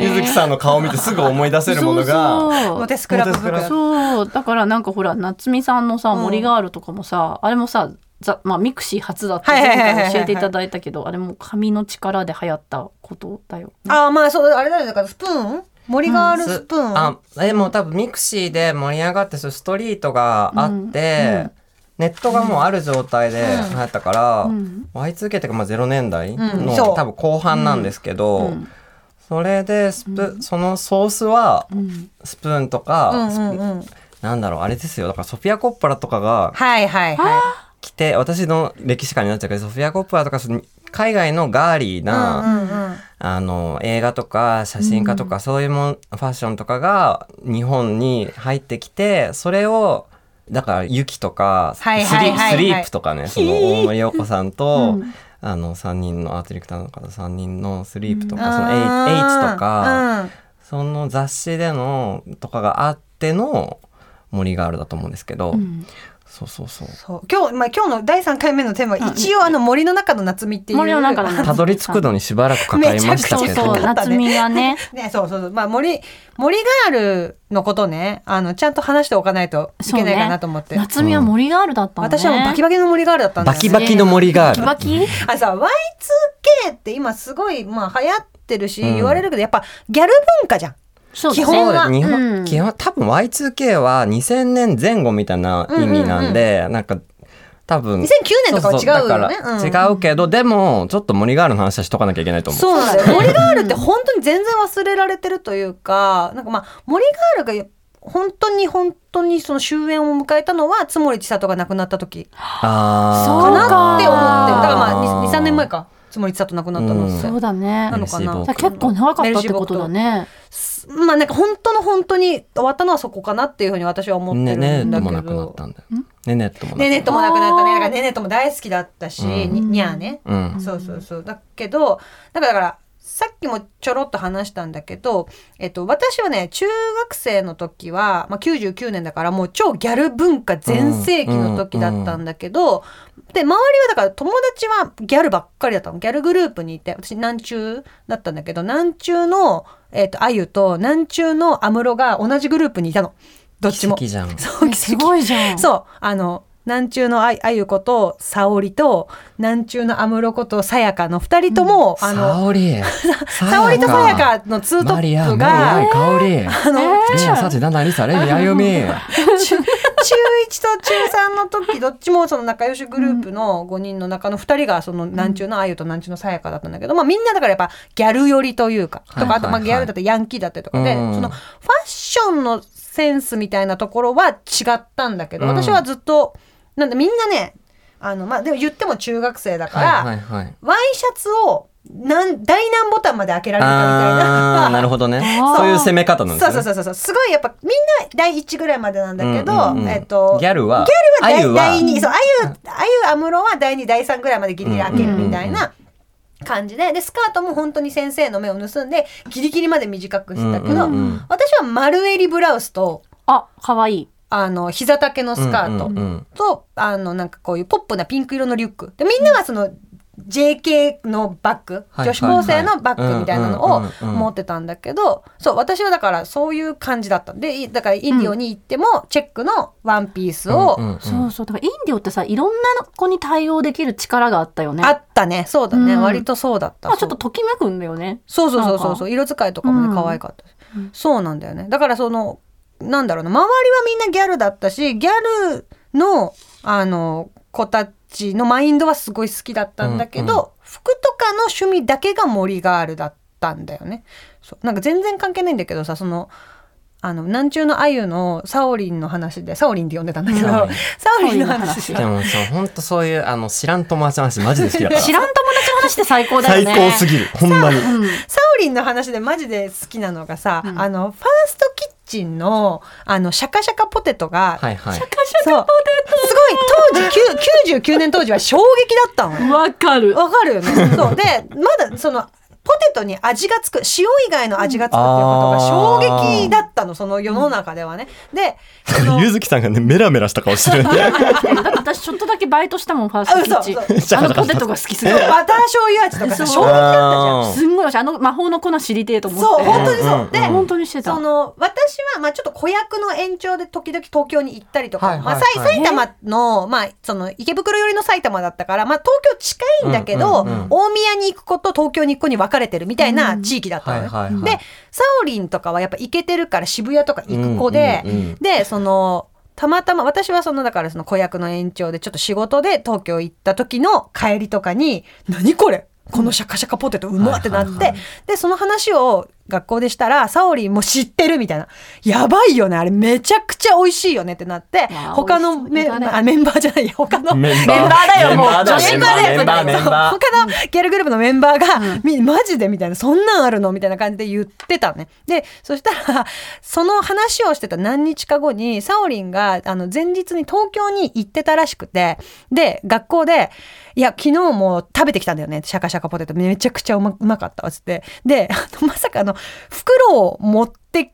S2: 柚木さんの顔を見てすぐ思い出せるもの
S1: そう
S2: が
S1: そう
S3: モテスクラップ
S2: モテスクラッ
S3: 袋
S2: プ
S1: そうだからなんかほら夏美さんのさ
S3: ん
S1: 森ガールとかもさ、あれもさザ、まあ、ミクシー初だって
S3: はいはい
S1: 前
S3: はいはいは
S1: 回
S3: い
S1: 教えていただいたけどあれも紙の力で流行ったことだよ。
S3: ああまあそうあれだよだからスプーン森があるスプーン、
S2: あでも多分ミクシーで盛り上がってそういうストリートがあって、
S1: うんうん
S2: ネットがもうある状態で流行ったから、
S1: うん
S2: Y2K っていうかまあ0年代
S3: うん
S2: の、
S3: そう
S2: 多分後半なんですけど、
S1: ん
S2: それでスプ、そのソースは
S1: うん
S2: スプーンとか、
S3: うん
S2: ス
S3: う
S2: プ
S3: んうん
S2: なんだろうあれですよだからソフィア・コッパラとかが
S3: はいはいは
S2: 来て私の歴史観になっちゃうけどソフィア・コッパラとかその海外のガーリーな、
S3: い、うんうん、
S2: あの映画とか写真家とかそういうもん、ファッションとかが日本に入ってきてそれをだから雪とかスリ,、
S3: はいはいはいはい
S2: スリープとか ねその大森洋子さんと、
S1: うん
S2: あの3人のアートディレクターの方3人のスリープとか、その H,
S3: あ
S2: H とか、
S3: ー、うん
S2: その雑誌でのとかがあっての森ガールだと思うんですけど、
S1: うん
S2: そうそうそう
S3: そう今日、まあ、今日の第3回目のテーマは、
S1: うん
S3: 一応あの森の中の夏美っていう
S1: 森の中の夏
S2: たどり着くのにしばらくかかりました
S1: そ
S2: け
S1: う
S2: ど
S1: そう
S3: だった
S1: 夏
S3: ね
S1: 美がね
S3: ね、そうそうそう、まあ、森森ガールのことねあのちゃんと話しておかないといけないかなと思って、
S1: 夏美は森ガールだったのね。
S3: 私はもうバキバキの森ガールだったんだ
S2: バ
S3: よ
S2: キ
S3: ね
S2: バキの森ガール。
S1: バキバキ
S3: あのさ Y2K って今すごい、まあ、流行ってるし、
S2: うん
S3: 言われるけどやっぱギャル文化じゃん
S1: そうだね
S3: 基本は
S2: 日本、
S1: うん
S2: 基本多分 Y2K は2000年前後みたいな意味なんで、なんか多分
S3: 2009年とかは違うよね
S2: そそだ
S3: うん
S2: から違うけど、でもちょっと森ガールの話はしとかなきゃいけないと思う
S3: そうなんだよ。森ガールって本当に全然忘れられてるというか、なんかまあ、森ガールが本当に本当にその終焉を迎えたのは、津森千里が亡くなった時か
S2: あ
S1: そう
S3: な
S1: か
S3: って思ってる。だからまあ、2、3
S2: 三
S3: 年前か。津森千里亡くなったのって。
S1: そうだね
S3: な。のかな
S1: だから結構長かったってことだね。
S3: まあなんか本当の本当に終わったのはそこかなっていうふうに私は思って
S2: ね
S3: るんだけど。
S2: ねネットもなくなったんだよねネットもなく
S3: ねネットもなくなったね。だからねネットも大好きだったし、
S2: うん
S3: ににゃーね。
S2: うん
S3: そうそうそう。だけど、なんかだから、さっきもちょろっと話したんだけど、えっと、私はね、中学生の時は、まあ、99年だから、もう超ギャル文化全盛期の時だったんだけど、で、周りはだから友達はギャルばっかりだったの。ギャルグループにいて、私、南中だったんだけど、南中の、えっと、あゆと南中の安室が同じグループにいたの。どっち
S2: 奇
S3: も
S2: 跡。じゃん
S3: そう、
S1: えすごいじゃん。
S3: そう、あの、南中のああゆこと、沙織と、南中の安室こと、さやかの二人とも、あ
S2: 沙
S3: の、
S2: 織
S3: 沙織とさや
S2: か
S3: かのツート
S2: マリ
S3: ッ
S2: ア
S3: プ
S2: マ
S3: が、
S2: リア香織
S1: あの
S2: リーナサチダナリサレイヤヨミ
S3: 中中1と中3の時どっちもその仲良しグループの5人の中の2人がその南中のあゆと南中のさやかだったんだけど、まあ、みんなだからやっぱギャル寄りというかとか、
S2: はいはいはい
S3: あとまあギャルだったりヤンキーだったりとかで、
S2: うん
S3: そのファッションのセンスみたいなところは違ったんだけど、
S2: うん
S3: 私はずっとなんだみんなねあのまあでも言っても中学生だから、
S2: はいはいはい。
S3: ワイシャツをなん大難ボタンまで開けられるかみたいな。
S2: ああー、なるほどね。そういう攻め方なんです
S3: そう
S2: ね。
S3: そう
S2: う
S3: そうそうすごいやっぱみんな第一ぐらいまでなんだけど、
S2: んうんうん
S3: えっと
S2: ギャルは、
S3: ギャルは
S2: あ
S3: 第
S2: ゆ
S3: 二そうあゆあゆ安室は第二第三ぐらいまでギリギリ開けるみたいな。感じででスカートも本当に先生の目を盗んでギリギリまで短くしたけど、
S2: うんうんうん
S3: 私は丸襟ブラウスと
S1: あ、可愛いい。
S3: あの膝丈のスカート、
S2: うんうんうん
S3: とあのなんかこういうポップなピンク色のリュックでみんながその JK のバッグ、
S2: はい
S3: 女子高生のバッグみたいなのを
S2: うんうんうんうん
S3: 持ってたんだけどそう私はだからそういう感じだったでいだからインディオに行ってもチェックのワンピースを、
S2: うんうん
S1: そうそう。だからインディオってさ、いろんな子に対応できる力があったよね。
S3: あったねそうだね、
S1: うん
S3: 割とそうだった
S1: まあちょっと
S3: そう
S1: ときめくんだよね。
S3: そうそうそうそうそう色使いとかも
S1: うん
S3: ね可愛かったし、そうなんだよねだからそのなんだろうな周りはみんなギャルだったしギャルのあの子たちのマインドはすごい好きだったんだけど、
S2: うんう
S3: 服とかの趣味だけが森ガールだったんだよねそうなんか全然関係ないんだけどさそのあの南中のあゆのサオリンの話でサオリンって呼んでたんだけど、
S2: はい
S3: サオリンの話
S2: でもそう本当そういうあの知らん友達の話マジで好きだ から
S1: 知らん友達の話って最高だよ
S2: 最
S1: ね。
S2: 高すぎるほんまに
S1: うん。
S3: サオリンの話でマジで好きなのがさ、
S1: うん
S3: あのファーストキッチンのあのシャカシャカポテトが、
S2: はいはい
S3: そうすごい当時きゅ99年当時は衝撃だったのよ
S1: わかる。
S3: わかるよねそうでまだそのポテトに味がつく塩以外の味がつくっていうことが衝撃だったのその世の中ではねでそ の
S2: ゆずきさんがねメラメラした顔してるんで
S1: 私ちょっとだけバイトしたもん、ファーストキッチン。
S3: あ嘘
S2: 嘘
S1: あのポテトが好きすぎる。
S3: バター醤油味とかさ
S1: そ
S3: 衝
S1: う
S3: 撃だったじゃん
S2: あー
S1: すんごい私、あの魔法の粉知りてえと思って。
S3: そう本当にそう、
S2: うんうん
S3: で、
S2: うん
S1: 本当にしてた。
S3: その私は、まあ、ちょっと子役の延長で時々東京に行ったりとか、
S2: はいはいは
S3: ま
S2: い
S3: あ、さい埼玉の,、まあ、その池袋寄りの埼玉だったから、まあ、東京近いんだけど、
S2: うんうんうん
S3: 大宮に行く子と東京に行く子に分かれてるみたいな地域だったの
S2: は
S3: よ、
S2: いはいはい
S3: でサオリンとかはやっぱ行けてるから渋谷とか行く子で、
S2: うんうんうん
S3: でそのたまたま私はそのだからその子役の延長でちょっと仕事で東京行った時の帰りとかに「何これこのシャカシャカポテトうまっ!」ってなって、
S2: はいはいは
S3: でその話を学校でしたらサオリンも知ってるみたいな「やばいよねあれめちゃくちゃ美味しいよね」ってなって
S1: や
S3: 他
S1: 美
S3: の
S1: 味し
S3: メ
S1: そうだね
S3: あメンバーじゃないや他の
S2: メンバー
S3: メンバーだよもう
S2: メンバーだ
S3: 女子グループだよ
S2: メンバーメンバーメンバー
S3: そう他のギャルグループのメンバーが、みマジでみたいなそんなんあるのみたいな感じで言ってたのねでそしたら その話をしてた何日か後にサオリンがあの前日に東京に行ってたらしくてで学校で「いや昨日も食べてきたんだよねシャカシャカポテトめちゃくちゃうまうまかった」っつってであのまさかあの袋を持って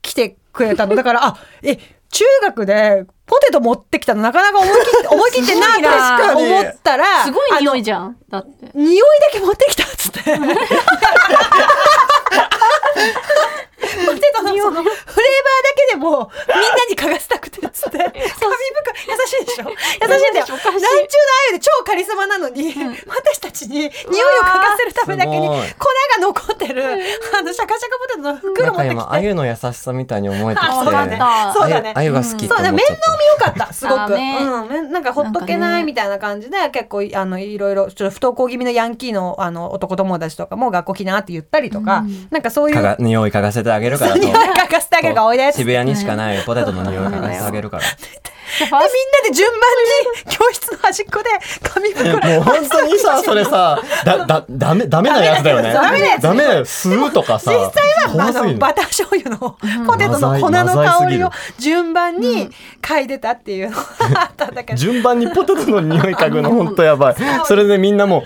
S3: 来てくれたのだからあえ中学でポテト持ってきたのなかなか思い切って思い切ってんな
S1: す
S3: っ
S2: ごい
S3: て
S2: な
S3: 思ったら
S1: すごい
S3: あ
S1: 匂
S3: の
S1: いじゃん。だって。
S3: 匂いだけ持ってきたっつって。 ポテトのそのフレーバーだけでもみんなに嗅がせたくてっつって紙袋優しいでしょ優しいんだよ
S1: 優
S3: 南
S1: しい
S3: 中
S1: おか
S3: の
S1: しい
S3: あゆで超カリスマなのに、私たちに匂いを嗅がせるためだけに
S2: う
S3: 粉
S2: わ
S3: が
S2: ーす
S3: 残ってるあのシャカシャカポテトの袋
S2: な
S3: 持
S2: ん
S3: っ
S2: か
S3: てきて
S2: 今あゆの優しさみたいに思えてきて
S1: あ、
S3: そ
S1: わ
S3: う
S1: か
S3: だ
S1: っ
S3: ね
S1: た。
S3: そうだね
S2: あゆあゆが好きって思
S3: そ
S2: っ
S3: う
S2: ちゃ
S3: だ
S2: っ
S3: 面
S2: た
S3: 倒見よかったすご
S1: あー
S3: く、
S1: ね
S3: うんめん、なんかほっとけないみたいな感じで、結構あのいろいろちょっと不登校気味のヤンキーのあの男友達とかも学校来なって言ったりとか、なんかそういう
S2: かが匂い嗅がせてあげるからと
S3: 匂い嗅がせてあげるが多いです
S2: 渋谷にしかないポテトの匂い嗅がせてあげるから
S1: じゃあファー
S3: で
S1: ス
S3: みんなで順番に教室の端っこで紙 袋
S2: もう本当 にさ、それさ、だ、だ、だめ、だめなやつだよね。
S3: ダメなやつ
S2: ダメだよ。吸うとかさ。
S3: 実際はあ
S2: 怖すぎ
S3: の
S2: る。
S3: バター醤油のポテトの粉の香りを順番に嗅いでたっていうのがあったんだ けど、
S2: 順番にポテトの匂い嗅ぐの本当やばい。それでみんなもう、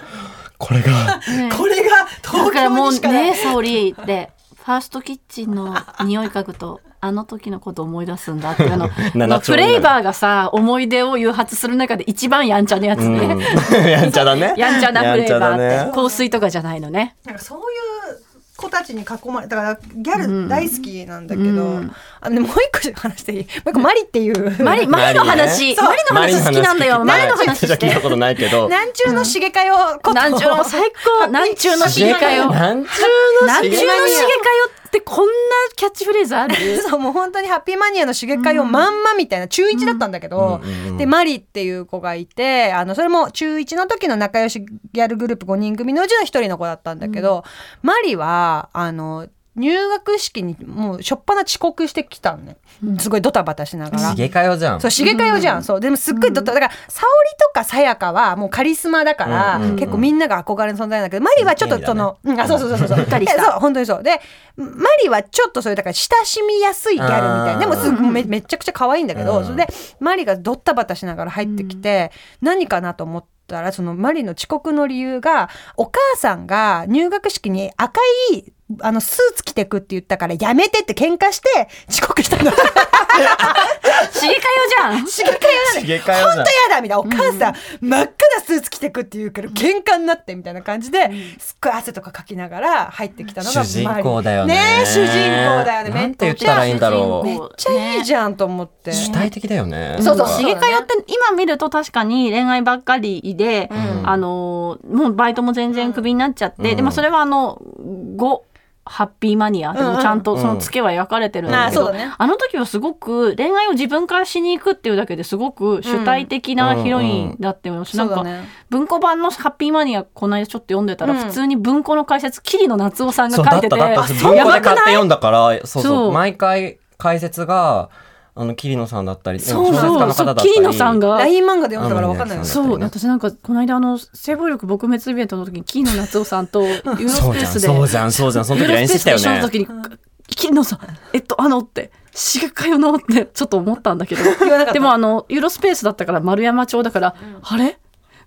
S2: これが、
S1: トね
S3: これが
S1: だ
S3: 東
S1: から
S3: 京
S1: も
S3: に
S1: う
S3: しかない、
S1: ね、サオリーって、ファーストキッチンの匂い嗅ぐと、あの時のこと思い出すんだっていうあの、
S2: 七丁
S1: フ
S2: 目
S1: レーバーがさ、思い出を誘発する中で一番やんちゃなやつ
S2: う
S1: ね。
S2: ん。やんちゃだね。
S1: やんちゃなフレーバ
S2: やんちゃ
S1: ーっ
S2: だ
S1: て、
S2: ね
S1: 香水とかじゃないのね。
S3: なんかそういう子たちに囲まれだからギャル大好きなんだけど、
S1: うん
S3: あのもう一個話していいもう一個マリっていう
S1: マリ、マリの話、
S2: そう
S1: マリの話好きなんだよ。マリの話し
S2: 聞いた
S1: て。
S2: ことないけど。
S3: 南中の茂かよこと
S1: 南中の最高、南中の刺激かよ。
S2: なんちゅうの
S1: 南中の刺激かよってこんなキャッチフレーズある
S3: そうもう本当にハッピーマニアの刺激会をまんまみたいな、中1だったんだけど、
S2: うんうんうん
S3: でマリっていう子がいてあのそれも中1の時の仲良しギャルグループ5人組のうちの1人の子だったんだけど、マリはあの入学式にもうしょっぱな遅刻してきたのね、すごいドタバタしながら
S2: 刺。激かよじゃん
S3: そう刺激会をじゃん、そうでもすっごいドタだから沙織とかさやかはもうカリスマだから、
S2: うんうんうん
S3: 結構みんなが憧れの存在なんだけどマリはちょっとその、うんあそうそうそうそう
S1: っかりした
S3: えそう本当にそうでマリはちょっとそれだから親しみやすいギャルみたいなでもすぐめめちゃくちゃ可愛いんだけど、
S2: うん
S3: それでマリがドッタバタしながら入ってきて、何かなと思ったらそのマリの遅刻の理由がお母さんが入学式に赤いあのスーツ着てくって言ったからやめてって喧嘩して遅刻したの。
S1: 刺激会をじゃん
S3: 刺激会は
S2: 刺激
S3: 本
S2: 会は
S3: 当やだみたいなお母さん、真っ赤なスーツ着てくって言うから喧嘩になってみたいな感じで、すっごい汗とかかきながら入ってきたのが
S2: 主人公だよ
S3: ね
S2: ね
S3: え主人公だよね
S2: なんて言ったらいいんだろう
S3: めっちゃいいじゃんと思って、
S2: 主体的だよね
S3: そうそう
S1: 刺激会やって今見ると確かに恋愛ばっかりで、
S2: ん
S1: あのーもうバイトも全然クビになっちゃって、
S2: うん
S1: でもそれはあの5ハッピーマニアでもちゃんとそのツケは描かれてるんだけど、
S3: うんあそうだね
S1: あの時はすごく恋愛を自分からしに行くっていうだけですごく主体的なヒロインだったよ、うし
S3: そ
S1: な
S3: うんだ
S1: か、
S3: ね
S1: 文庫版のハッピーマニアこの間ちょっと読んでたら、
S3: うん
S1: 普通に文庫の解説桐野夏夫さんが
S2: そうだ
S1: 書い
S2: ってた
S1: て
S2: だった
S1: あ
S2: 文庫で買って読んだからそう
S1: そ
S2: そうう毎回解説があの桐野さんだったり
S1: そう
S2: 小説家
S1: そう
S2: の
S1: そ
S2: 方だ
S1: う
S2: ったり
S1: 桐野さんが
S3: LINE 漫画で読んだから分かんないよ
S2: あの
S1: そう、
S2: ね
S1: 私なんかこの間あの性暴力撲滅イベントの時に桐野夏夫さん とユーロス
S2: そう
S1: ペー
S2: じゃん
S1: スで
S2: そうじゃんそうじゃんその時
S1: ユーロ
S2: 練習
S1: ス
S2: し
S1: ペ
S2: た
S1: ー
S2: よ
S1: スで一緒の
S2: ね
S1: 時に「桐野さんえっとあの」って「私が通うの?」ってちょっと思ったんだけど
S3: 言わなかった
S1: でもあのユーロスペースだったから丸山町だから、あれ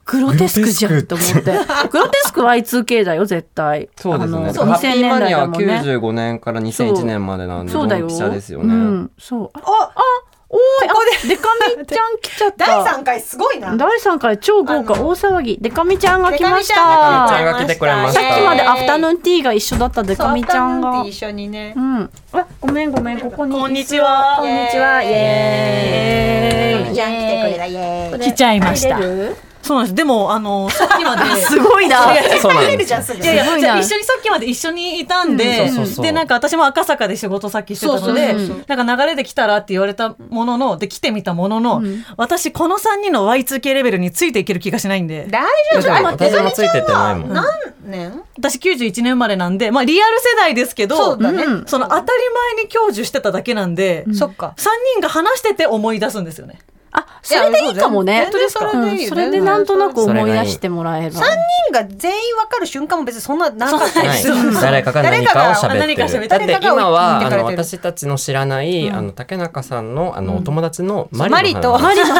S1: グロテスクじゃんって思ってグロテスク Y2K だよ絶対
S2: そうですね
S1: あの
S2: ハッピ
S1: 2000
S2: ー
S1: 年
S2: マ
S1: 代
S2: ニア
S1: だ
S2: は
S1: もんね
S2: 95年から2001年までなんで
S1: そ
S2: ド
S1: うだよ
S2: ンピシャですよ
S1: う
S2: ね
S1: ん、そうあ
S3: あ
S1: おーい
S3: ここで
S1: あデカミちゃん来ちゃった
S3: 第3回すごいな
S1: 第3回超豪華
S3: あの
S1: 大騒ぎデカミちゃんが来まし
S2: デカミちゃん
S1: た
S2: が来てくれま
S1: さ
S2: した
S1: っきまでアフタヌ
S3: ーン
S1: ーンティーが一緒だったデカミちゃんが
S3: 一緒にね
S1: うんあごめんごめんここにこんにち
S3: は
S1: こんにちはイエーイ
S3: ちゃん来てくれたイエーイ
S4: 来ちゃいました
S1: 入れる
S4: そうなんです。でも、あ の、さっきまで。
S1: すごいな
S2: そうなん
S3: 出る
S2: です
S3: じゃ
S2: よ
S3: んすぐ
S4: いやいや
S1: すごい
S4: じゃ
S1: な
S4: あ一緒にさっきまで一緒にいたんで、
S2: うんそうそうそう
S4: でなんか私も赤坂で仕事さっきしてたので
S1: そうそうそう
S4: なんか流れで来たらって言われたものので来てみたものの、私この3人の Y2K レベルについていける気がしないんで
S3: 大丈夫
S2: 私
S3: ちょっと待って
S2: 私もついてってないもん
S3: 何年
S4: 私91年生まれなんでまあリアル世代ですけど
S3: そうだね
S4: んその当たり前に享受してただけなんで、
S3: そっか
S4: 3人が話してて思い出すんですよね。
S1: あそれでいいかもね
S3: 全然それでいいよ
S1: うんそれでなんとなく思い出してもらえば
S3: 三人が全員わかる瞬間も別にそんななかった
S2: は
S3: で
S2: い
S3: すよ。
S2: 誰かが何かを喋
S4: 誰
S2: っ
S4: かが
S2: てる。だっ
S4: 何か喋
S3: っててる
S2: 今はあ
S3: 誰か
S2: の
S3: が言ってくれてる
S2: 私たちの知らないあの竹中さんのあのお友達の
S3: マ
S2: マ
S3: リ
S2: リ
S3: と
S2: の話
S1: マリの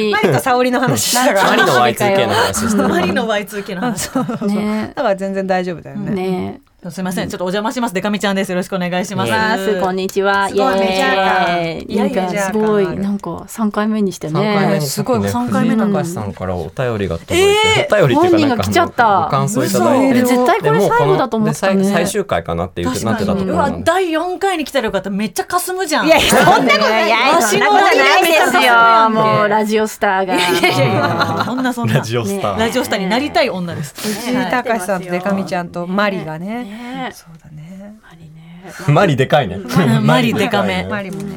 S1: 話
S3: マリと沙織の話したから。
S2: マリの
S1: マリと
S2: Y2K の話して
S4: あ
S2: る
S4: まりの Y2K の話。
S1: ね
S3: だから全然大丈夫だよね。
S1: ね
S4: すいません、ちょっとお邪魔します。デカミちゃんです。よろしくお願いします。
S2: お
S1: まあすこんにちはイ
S3: すごいメジャー感
S1: エーイなんかすご
S3: いやいやメジャー感あ
S1: い
S3: る
S1: なんか三回目にしてね
S2: 三回目に
S4: すごい
S2: さっきね
S4: 三回目なの
S2: 藤井隆さんからお便りが届いて、お便りっていうかなんか
S1: 本人が来ちゃった
S2: あのご感想いただいて
S1: 嘘絶対これ
S2: でもう
S1: 最後だと思ってたね
S2: で最最終回かなっていうなってたとこ
S4: う
S2: ろな
S4: わ
S2: んで
S4: 第4回に来たらよかっためっちゃかすむじゃん
S3: いやいやそんなことない。
S4: やいや
S3: そんな
S4: こ
S3: こととない
S4: ですよ
S1: もうラジオスターが。
S4: そんなそんなラジ
S2: オスター
S4: オスターになりたい女です
S3: 藤井隆さんとデカミちゃんとマリが
S1: ね
S3: ね。そうだね。
S2: マリでかいね
S4: マリでかめ
S2: マ
S3: マ
S2: リ
S3: リもね。いいよ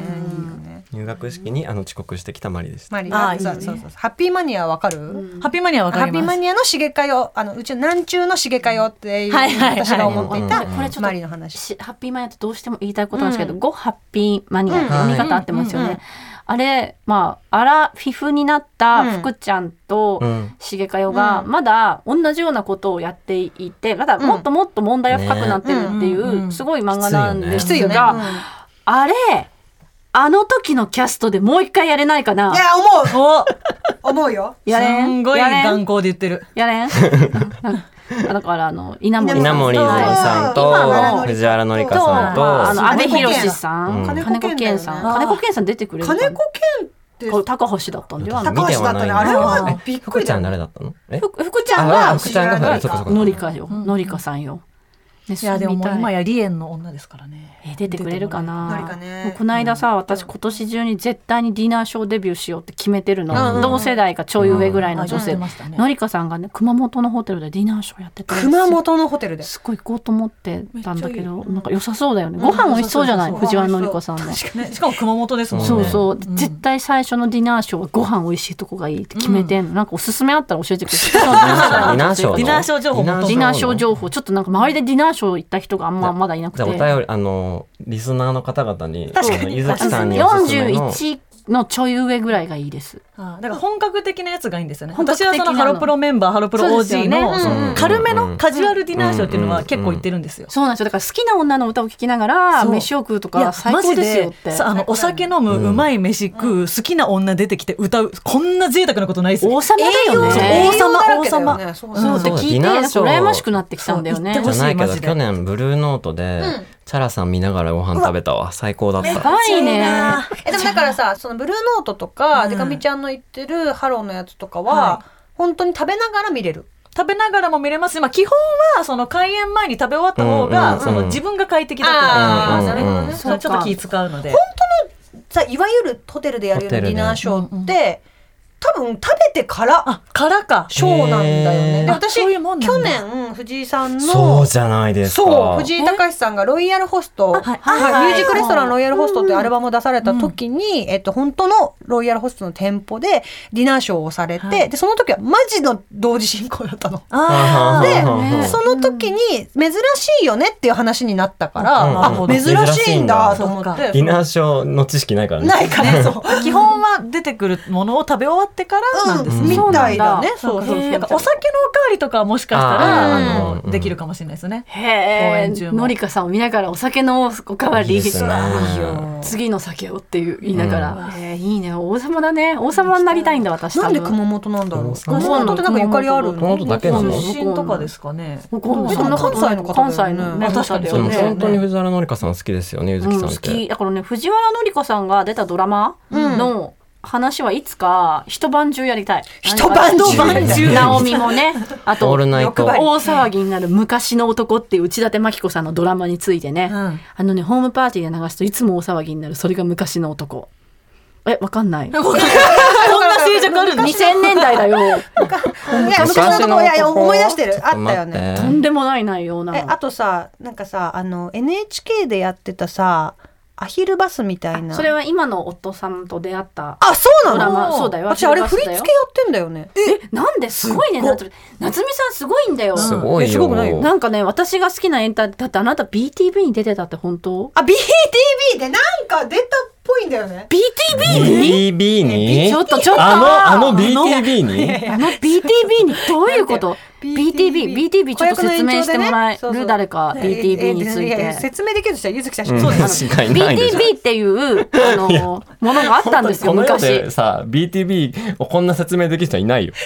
S3: ね
S2: 入学式にあの遅刻してきたマリでした
S3: マリ
S4: あ
S3: そう
S4: いいね
S3: そうそうハッピーマニアわかる？
S4: ハッピーマニアわ
S3: ハ
S4: か
S3: ッ
S4: り
S3: ピー
S4: ま
S3: マ
S4: す
S3: ニアの刺激会をあのうちの南中の刺激会をっていう
S4: はいはいはい
S3: 私が思っていた
S1: これちょっと
S3: マリの話。
S1: しハッピーマニアってどうしても言いたいことなんですけど、ごハッピーマニアって読み方合ってますよね。あれ、まあ、アラフィフになった福ちゃんと
S2: うん
S1: 重佳代が、まだ同じようなことをやっていて、まだもっともっと問題が深くなってるっていう、すごい漫画なんで
S3: き
S1: す
S3: ついよね。うんい
S1: が、あれ、あの時のキャストでもう一回やれないかな
S3: や思う
S4: お
S3: 思うよ。
S1: やれ
S4: す
S1: ん
S4: んごい
S1: やれん
S4: 眼光で言ってる
S1: やれんだからあの稲森
S2: 稲
S1: さん今
S2: 森さんと
S1: の
S2: 藤原紀
S1: と、
S2: 香
S1: ま
S2: さん
S1: あ、あ
S2: と
S1: の阿部寛さん、
S2: うん
S1: 金子健さん、
S3: 金
S1: 金子健さん出てくれるかな
S3: 金子健って
S1: これ高橋だったんでは
S3: 高
S1: ない
S3: 橋だったねあれは
S2: え
S3: びっく
S2: 福
S3: り
S2: ち
S3: だ
S2: ゃ
S3: よ
S2: ん誰だったのえ
S1: 福福ちゃん
S2: あ
S1: が
S2: 福ちゃんが
S3: 藤原紀香
S2: そうかそうか
S1: のりかよ、のりかさんよ
S4: いやでも
S1: 住み
S4: も
S1: た
S4: う今やリエンの女ですからね
S1: え出てくれるかな
S3: 出てもらえる
S1: もうこの間さ、私今年中に絶対にディナーショーデビューしようって決めてるの、同世代かちょい上ぐらいの女性、
S4: うんあ言ってましたね
S1: のりかさんがね熊本のホテルでディナーショーやってて
S3: 熊本のホテルです
S1: ごい行こうと思ってたんだけど
S4: めっちゃいい
S1: なんか良さそうだよねご飯美味しそうじゃない、
S4: うん良さ
S1: 藤
S3: そう
S1: 原のり子さんの。
S4: ねしかも熊本ですもんね
S1: そうそう、
S4: ん
S1: 絶対最初のディナーショーはご飯美味しいとこがいいって決めてんの、なんかおすすめあったら教えてくれデ
S2: ィナーショーの
S4: ディナーショー情報
S2: ディナ
S1: デ
S2: ショ
S1: ィ
S2: の
S1: ナーショー情報ちょっとなんか周りでディナーショー行った人があんままだいなく
S2: じ
S1: て
S2: ゃあお便りあのリスナーの方々に
S3: 確かに
S2: あのゆずきさんにおすすめの
S1: 41のちょい上ぐらいがいいです
S4: あーだから本格的なやつがいいんですよね
S1: 本格
S4: 私
S1: 的な
S4: は
S1: の
S4: そのハロプロメンバーハロプロ
S1: そうですよ
S4: OG
S1: ね
S4: の
S1: うん
S4: その軽め
S2: うん
S4: のカジュアルディナーショーっていうのは結構行ってるんですよ
S1: そうなんですよだから好きな女の歌を聴きながら
S4: そう
S1: 飯を食うと
S4: い
S1: か
S4: や
S1: 最高ですよって
S4: マジでさあのお酒飲む、
S2: う
S4: うんまい飯食う、好きな女出てきて歌うこんな贅沢なことないですよ
S1: 王様だよ
S4: そう
S1: ね
S4: 栄養
S1: 王
S4: 王
S1: 様
S4: 様
S3: 王様そう
S4: 王様
S1: そうって
S2: うん
S1: 聞いて
S2: ディナーショー
S1: 羨ましくなってきたんだよね
S4: そ
S2: じゃ
S4: う行って
S2: ないけ
S4: 欲
S2: ど
S4: しいマジで
S2: 去年ブルーノートで、
S3: うん
S2: チャラさん見ながらご飯食べたわ最高だっ
S1: やば
S2: た
S1: いね
S3: えでもだからさそのブルーノートとか、
S4: うん
S3: でかみちゃんの言ってるハローのやつとかは、
S4: は
S3: 本当に食べながら見れる
S4: 食べながらも見れますし、まあ、基本はその開演前に食べ終わった方
S2: うんうんうん
S4: がその自分が快適だ
S3: あ
S4: か
S2: ー
S4: ら、
S2: うんうんうん
S4: それはちょっと気使うので
S3: さいわゆるホテルでやるような
S2: ホ
S3: デ
S2: テル
S3: ィ
S2: で
S3: ナーショーって、多分食べてから
S4: あからか
S3: ショーなんだよ
S2: へー
S3: ねで私
S4: あそういうもんなんだ
S3: 去年藤井さんの
S2: そうじゃないですか
S3: そう藤井隆さんがロイヤルホスト、
S4: あはいはい
S3: はい
S4: はい
S3: ミュージックレストランロイヤルホストっていうアルバムを出された時に、えっと、本当のロイヤルホストの店舗でディナーショーをされて、
S4: はい
S3: でその時はマジの同時進行だったの。
S4: あ
S3: で、
S2: うんうんうん
S3: その時に珍しいよねっていう話になったから、
S2: うん
S3: あ
S2: うん
S3: 珍しいんだと思っ
S4: 珍しいんだ
S3: て
S2: ディナーショーの知識ないからね
S3: ないからそう
S4: ー基本は出てくるものを食べ終わってからなんです、
S2: ね
S3: うんみたいだね
S4: そ
S3: そうう
S4: そ
S3: そうう
S4: そう
S3: そう
S4: だからお酒のおかわりとかはもしかしたら
S2: あー
S4: あ
S2: うんう
S4: の
S2: ん
S4: できるかもしれないですね。公
S1: へえ
S4: 演中も
S1: のりかさんを見ながらお酒のおかわり
S2: いいですね
S1: 次の酒をっていう言いながら、へえいいね王様だね王様になりたいんだ私
S3: なんで
S1: 多分
S3: 熊本なんだろう
S2: 熊
S3: 熊
S2: 本
S3: 本ってなんかゆかりある
S2: 熊本だけなの
S1: そうそう
S4: 出身とかですかね。
S1: わかんない
S3: でも関西の方だよね
S1: 関西のね
S4: まあ確かに
S2: でも
S1: ね
S2: 本当に藤原紀香さん好きですよねゆずき
S1: うん、
S2: さん
S1: 好
S2: って、
S1: きだからね藤原紀香さんが出たドラマの話はいつか一晩中やりたい、
S3: 一晩中
S1: 一晩中直美もねあと
S2: オールナイト
S1: 欲張り大騒ぎになる「昔の男」っていう内館真紀子さんのドラマについてね、
S4: うん
S1: あのねホームパーティーで流すといつも大騒ぎになるそれが昔の男えわかんない
S4: こんな静寂あるの
S1: 2000年代だよ
S3: いや昔のとこいやいや思い出してるあったよね
S1: とんでもない内容な
S3: えあ
S1: の
S3: とさなんかさあの NHK でやってたさアヒルバスみたいな
S1: それは今の夫さんと出会った
S3: あそう
S1: ド
S3: な
S1: ラ
S3: の
S1: マそうだよ
S3: 私あれ
S1: アヒ
S3: 振
S1: ル
S3: り
S1: バスだ
S3: 付け
S1: よ
S3: やってんだよね
S1: えなんですごいね夏美夏美さんすごいんだよ
S2: すごい
S3: え
S2: よ
S3: すごくないよ
S1: なんかね私が好きなエンタだってあなた BTV に出てたって本当
S3: あ BTV でなんか出たっぽいんだよね
S1: ?BTV に
S2: BTB に
S1: ちょっとちょっと
S2: あのあの BTB に
S1: あの BTV にどういうこと
S3: なんだよ
S1: BTV BTV ちょっと説明してもらえ
S3: 子役の延長でねそうそ
S1: る
S3: う
S1: 誰か
S3: え
S1: BTV につい
S3: えやや
S1: て
S3: 説明できるとしたらゆずきさんし
S2: うん
S3: かそうです
S2: 確かにないです
S1: BTV っていうあのものがあったんですよ
S2: この世
S1: 昔
S2: でさ BTB をこんな説明できる人はいないよ
S1: ね、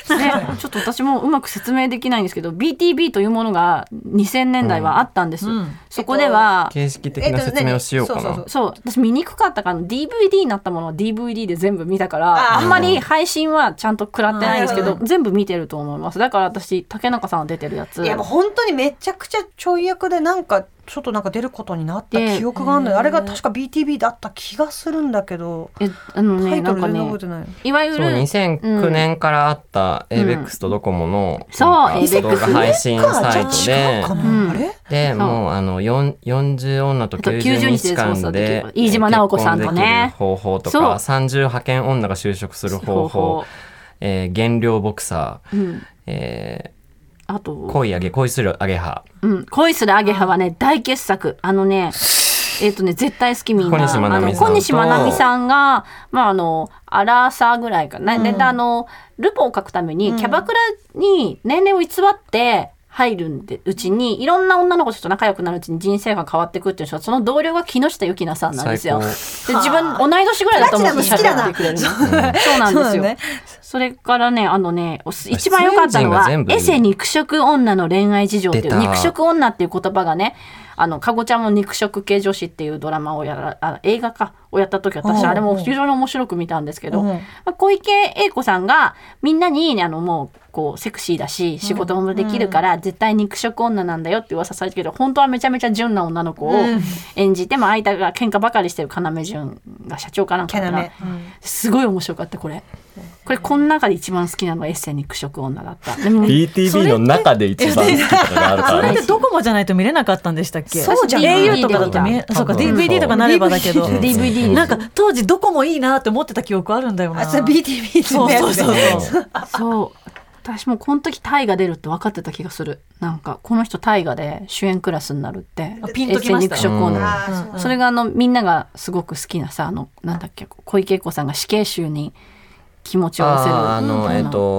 S1: ちょっと私もうまく説明できないんですけど BTB というものが2000年代はあったんです、
S4: うん
S1: そこでは、
S2: 形式的な説明をしようかな、
S3: えっとねそうそうそう
S1: そう私見にくかったから DVD になったものは DVD で全部見たから
S3: あ
S1: あ
S3: ー
S1: んまり配信はちゃんと食らってないんですけ
S3: な
S1: ど
S3: る
S1: 全部見てると思いますだから私竹中さんが出てるやつ
S3: いやもう本当にめちゃくちゃちょい役でなんかちょっとなんか出ることになった記憶があるのよあれが確か BTV だった気がするんだけど
S1: えあの
S3: タ
S1: ね
S3: イ
S1: なん
S3: トル
S1: か
S3: 全然
S1: ね
S3: 覚えてない
S1: いわゆ
S2: そう
S1: る
S2: 2009年からあった ABEX とドコモの
S1: そう
S2: なんか
S1: ABEX
S2: 動画配信サイト
S3: じゃあ違う
S2: で
S3: かな、
S1: うん
S3: あれ
S2: で
S1: そう
S2: もうあの4 40女と
S1: あと90
S2: 90日
S1: 日で
S2: 間で
S1: 飯島直子さんとね
S2: 結婚できる方法と
S1: そう
S2: か30派遣女が就職する方法、えー減量ボクサー、
S1: うん、
S2: え
S1: あ
S2: ー
S1: と、
S2: 恋上げ恋する上げ派
S1: うん、恋するアゲハはね大傑作あのねえっ、とね絶対好きみんな
S2: 小西真
S1: あ
S2: 奈
S1: の
S2: 美さんと
S1: 小西真奈美さんがまああのアラーサーぐらいかな、であのルポを書くためにキャバクラに年齢を偽って入るんでうちにいろんな女の子たちと仲良くなるうちに人生が変わってくっていう人はその同僚が木下ゆきなさんなんですよ。で自分同い年ぐらいだと思って
S3: プラチ
S1: 喋
S3: ナ
S1: っ
S3: も
S1: て
S3: 好
S1: く
S3: き
S1: れるのそうなんです
S3: そう
S1: よ
S3: だね。
S1: それからねあのねおす一番良かったの
S2: 出演陣が
S1: は
S2: 全部いい
S1: エセ肉食女の恋愛事情ってい
S2: 出
S1: う
S2: た
S1: 肉食女っていう言葉がねあのかごちゃんも肉食系女子っていうドラマをやらあ映画かをやった時私
S3: うん
S1: あれも非常に面白く見たんですけど、
S3: うん
S1: まあ、小池栄子さんがみんなに、ね、あのもうこうセクシーだし仕事もできるから絶対肉食女なんだよって噂されてるけど本当はめちゃめちゃ純な女の子を演じても相手が喧嘩ばかりしてる要潤が社長かなんかだから
S3: 要
S1: すごい面白かったこれこれこの中で一番好きなのがエッセイ肉食女だったでも
S5: BTV の中で一番好きとかがあるか
S4: そ
S5: ら
S4: れっ
S5: ね
S4: て。ドコモじゃないと見れなかったんでしたっけ
S3: そうじゃない
S4: au とかだと見えそうか
S5: 多分
S4: DVD とかなればだけど
S1: DVD に
S4: なんか当時ドコモいいなって思ってた記憶あるんだよな
S3: あ、それ BTV
S4: そ
S3: の
S4: う
S3: やつ
S4: そ
S3: ね
S4: うそうそう
S1: そう私もこの時タイが出るって分かってた気がするなんかこの人タイがで主演クラスになるって
S4: あピンときました
S1: エッセイ肉食女
S3: あーそう
S1: それがあのみんながすごく好きなさあのなんだっけ小池栄子さんが死刑囚に気持ちを寄せる
S2: あーあ
S1: うん
S2: のえっ、
S1: 告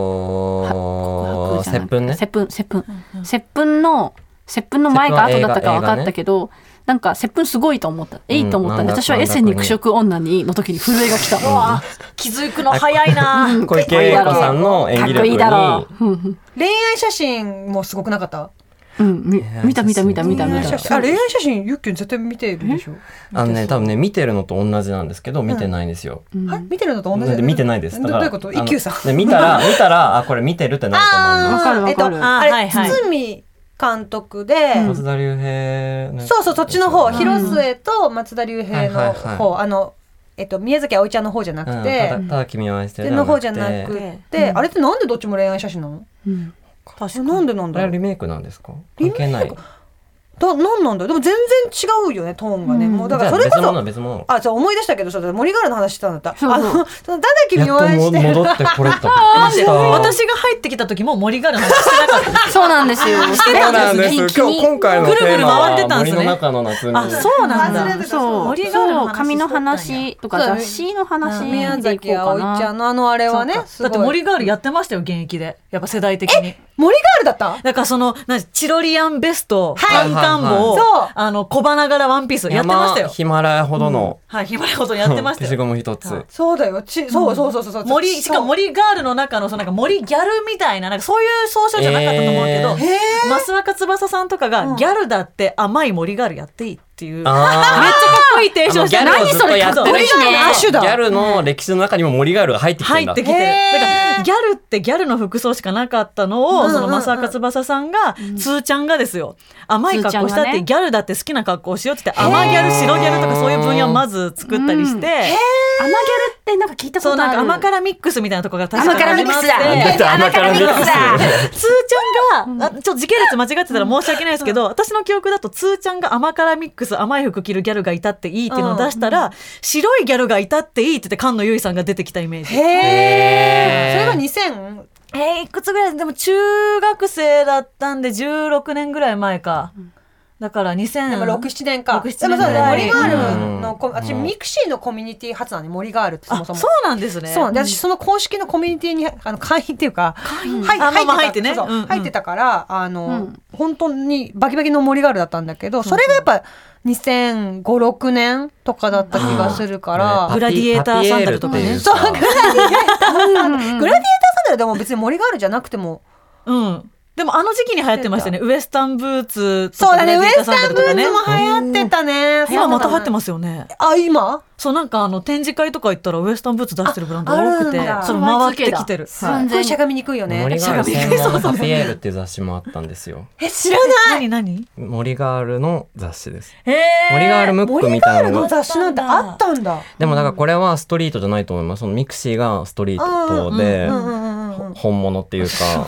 S1: 白
S2: と
S1: じゃな
S2: 接
S1: くて
S2: 吻ね
S1: 接吻接吻接吻の接吻の前か後だったか分かったけど、なんか接吻すごいと思ったえいと思ったんで、
S2: うん
S1: 私はエッセイ肉食女にの時に震えが来た、うわ
S4: 気づくの早いな
S2: 小池栄子さんの演
S1: かっ
S2: 技
S1: こ
S2: 力
S1: いい
S2: に
S1: だろう、うん
S3: 恋愛写真もすごくなかった
S1: うん、み見た見た見た見た
S3: 恋
S1: 見
S3: 愛
S1: た
S3: 写真あ恋愛写真ゆっきゅん絶対見てるでしょ
S2: あのね多分ね見てるのと同じなんですけど見てないんですよ。
S3: はい見てるのと同じ
S2: なんで見てないです。
S3: どど
S2: だか
S3: う
S2: ら
S3: いうこと
S2: あの
S3: 一休さん
S2: ね見たら見たらあこれ見てるってなると思います。
S1: わかるわかる
S3: えっと、
S4: あ
S3: あ
S4: ー
S3: れ、
S4: はいはい
S3: 堤監督で、
S2: 松田龍平のやつ
S3: そうそう、そっちの方、
S2: うん
S3: 広末と松田龍平
S2: はい
S3: の
S2: はいはい
S3: 方、あの、えっと、宮崎あおいちゃんの方じゃな
S2: うん
S3: く
S2: た
S3: て
S2: だ、ただ君を愛して
S3: で
S2: る
S3: の方じゃなく
S2: て
S3: て、あれってなんでどっちも恋愛写真なの
S1: うん
S4: 確か
S3: なんでなん
S2: あれ
S3: だ
S2: は
S3: ろう
S2: リメイクなんですか関係ない
S3: だなんなんだろうでも全然違うよね、トーンがね。もうだからそれ
S2: じ
S3: こ
S2: ゃあ別物
S3: そ、
S2: は別物
S3: あ、じゃ思い出したけど、そうだ森ガールの話してたんだった。
S1: そうそう
S3: あの、そのただ君
S2: や
S3: を
S2: っと
S3: 愛し
S2: も
S3: てる。
S2: 戻ってこれたびっくりした
S4: 私が入ってきた時も森がある話してなかったんですよ
S1: そうなんですよ。
S2: そうなんです
S1: 気
S2: 今日今回の
S4: ぐ
S2: テ
S4: るぐる
S2: ーマ
S4: 回って
S2: は
S4: たん
S2: 森
S4: ですね
S2: の中の夏に
S4: あそうなん
S3: 忘れ
S4: だ
S3: てた
S1: そう、
S4: 森ガールの話
S1: そう紙の話とか
S3: そう
S1: 雑誌の話
S3: 宮
S1: でいこう
S3: 崎あ
S1: か
S3: おいち
S1: な。
S3: ゃんのあのあれはね、す
S4: だ
S3: ご
S4: っ
S3: い
S4: て森ガールやってましたよ現役でやっぱ世代的に
S3: 森ガールだった
S4: だからそのなチロリアンベストカンカン帽を
S3: はいはいはいそう
S4: あの小花柄ワンピースやってましたよ
S2: ヒマラヤほどの
S4: はいヒマラヤほどやってました
S2: 消し
S4: よ
S2: ゴム一つ
S3: そうだよ。ちそうそうそうそうそう。
S4: 森しかも森ガールの中のそのなんか森ギャルみたいななんかそういう総称じゃなかったと思うけど、
S2: え
S4: 増若翼さんとかがギャルだって甘い森ガールやっていいっていう、めっちゃかっ
S2: あ
S4: こいい提唱して
S2: あのギャルをずっとやってる
S4: 森ガールの亜種
S2: ーギ
S4: だ
S2: ャルの歴史の中にも森ガールが入ってきて
S4: 入
S2: んだ
S4: ってきてる
S3: へー
S4: だからギャルってギャルの服装しかなかったのを、
S3: うんうんうん
S4: その増若翼さんが、つーちゃんがですよ甘い格好した
S1: つーちゃ
S4: って、
S1: んがね
S4: ギャルだって好きな格好をしようって言って甘ギャル白ギャルとかそういう分野をまず作ったりして、
S1: 甘ギャルってなんか聞いたこ
S4: そう
S1: と
S4: なん
S1: ある。
S4: か甘辛ミックスみたいなところが確
S1: 甘
S4: か
S1: 辛
S4: に
S1: ミ
S4: あ
S1: ックス
S4: りまして
S1: だ。甘辛ミックスだ。
S4: つーちゃんが、あちょっと時系列間違ってたら申し訳ないですけど、私の記憶だとつーちゃんが甘辛ミックス甘い服着るギャルがいたっていいっていうのを出したら、白いギャルがいたっていいって言って菅野由依さんが出てきたイメージ。
S3: へえ。それ
S2: へー
S3: が2000
S4: えーいくつぐらいでも中学生だったんで16年ぐらい前か。だから
S3: でも
S4: 2000。
S3: 六七年か。
S4: 6 7
S3: でもそうだね。森
S4: 年
S3: ガールのコ、
S2: うん
S3: 私ミクシーのコミュニティ初なのね。森ガールってそも
S4: あ、
S3: そ
S4: そ
S3: も。
S4: うなんですね。
S3: そうで私その公式のコミュニティに あの会員っていうか入
S4: あまあまあ
S3: 入ってた
S4: 入ってね
S3: そうそう
S4: うんうん
S3: 入ってたからあの
S1: ん
S3: 本当にバキバキの森ガールだったんだけどそれがやっぱ2005,6年とかだった気がするから
S4: グラディエーターサンダルとかね
S2: そう
S3: グラディエーターサンダルでも別に森ガールじゃなくても
S4: うん。でもあの時期に流行ってましたよね。ウエスタンブーツと
S3: そう
S4: か
S3: だ
S4: ね、
S3: ねウエ
S4: レジャー
S3: ス
S4: サンダ
S3: タン
S4: ル
S3: ブ
S4: と
S3: ーツ
S4: かね
S3: も流行ってたね
S4: 今また流行って
S3: す
S4: ますよね。
S3: あ今
S4: そうなんかあの展示会とか行ったらウエスタンブーツ出してるブランド多くて
S3: ああるんだ
S4: それ回ってきてる。
S1: そう
S3: すっごいしゃ
S1: 全
S3: がみにくいよね
S2: 森ガール専門のハピエールっていう雑誌もあったんですよ
S3: え知らない
S4: 何何？
S2: 森ガールの雑誌です
S4: へえ
S2: 森ガールムックみたいなの
S3: の
S2: が
S3: 雑誌なんてあったんだ
S2: でもだからこれはストリートじゃないと思いますそのミクシーがストリートで
S3: うんうんうんうん
S2: 本物っていうか
S1: うん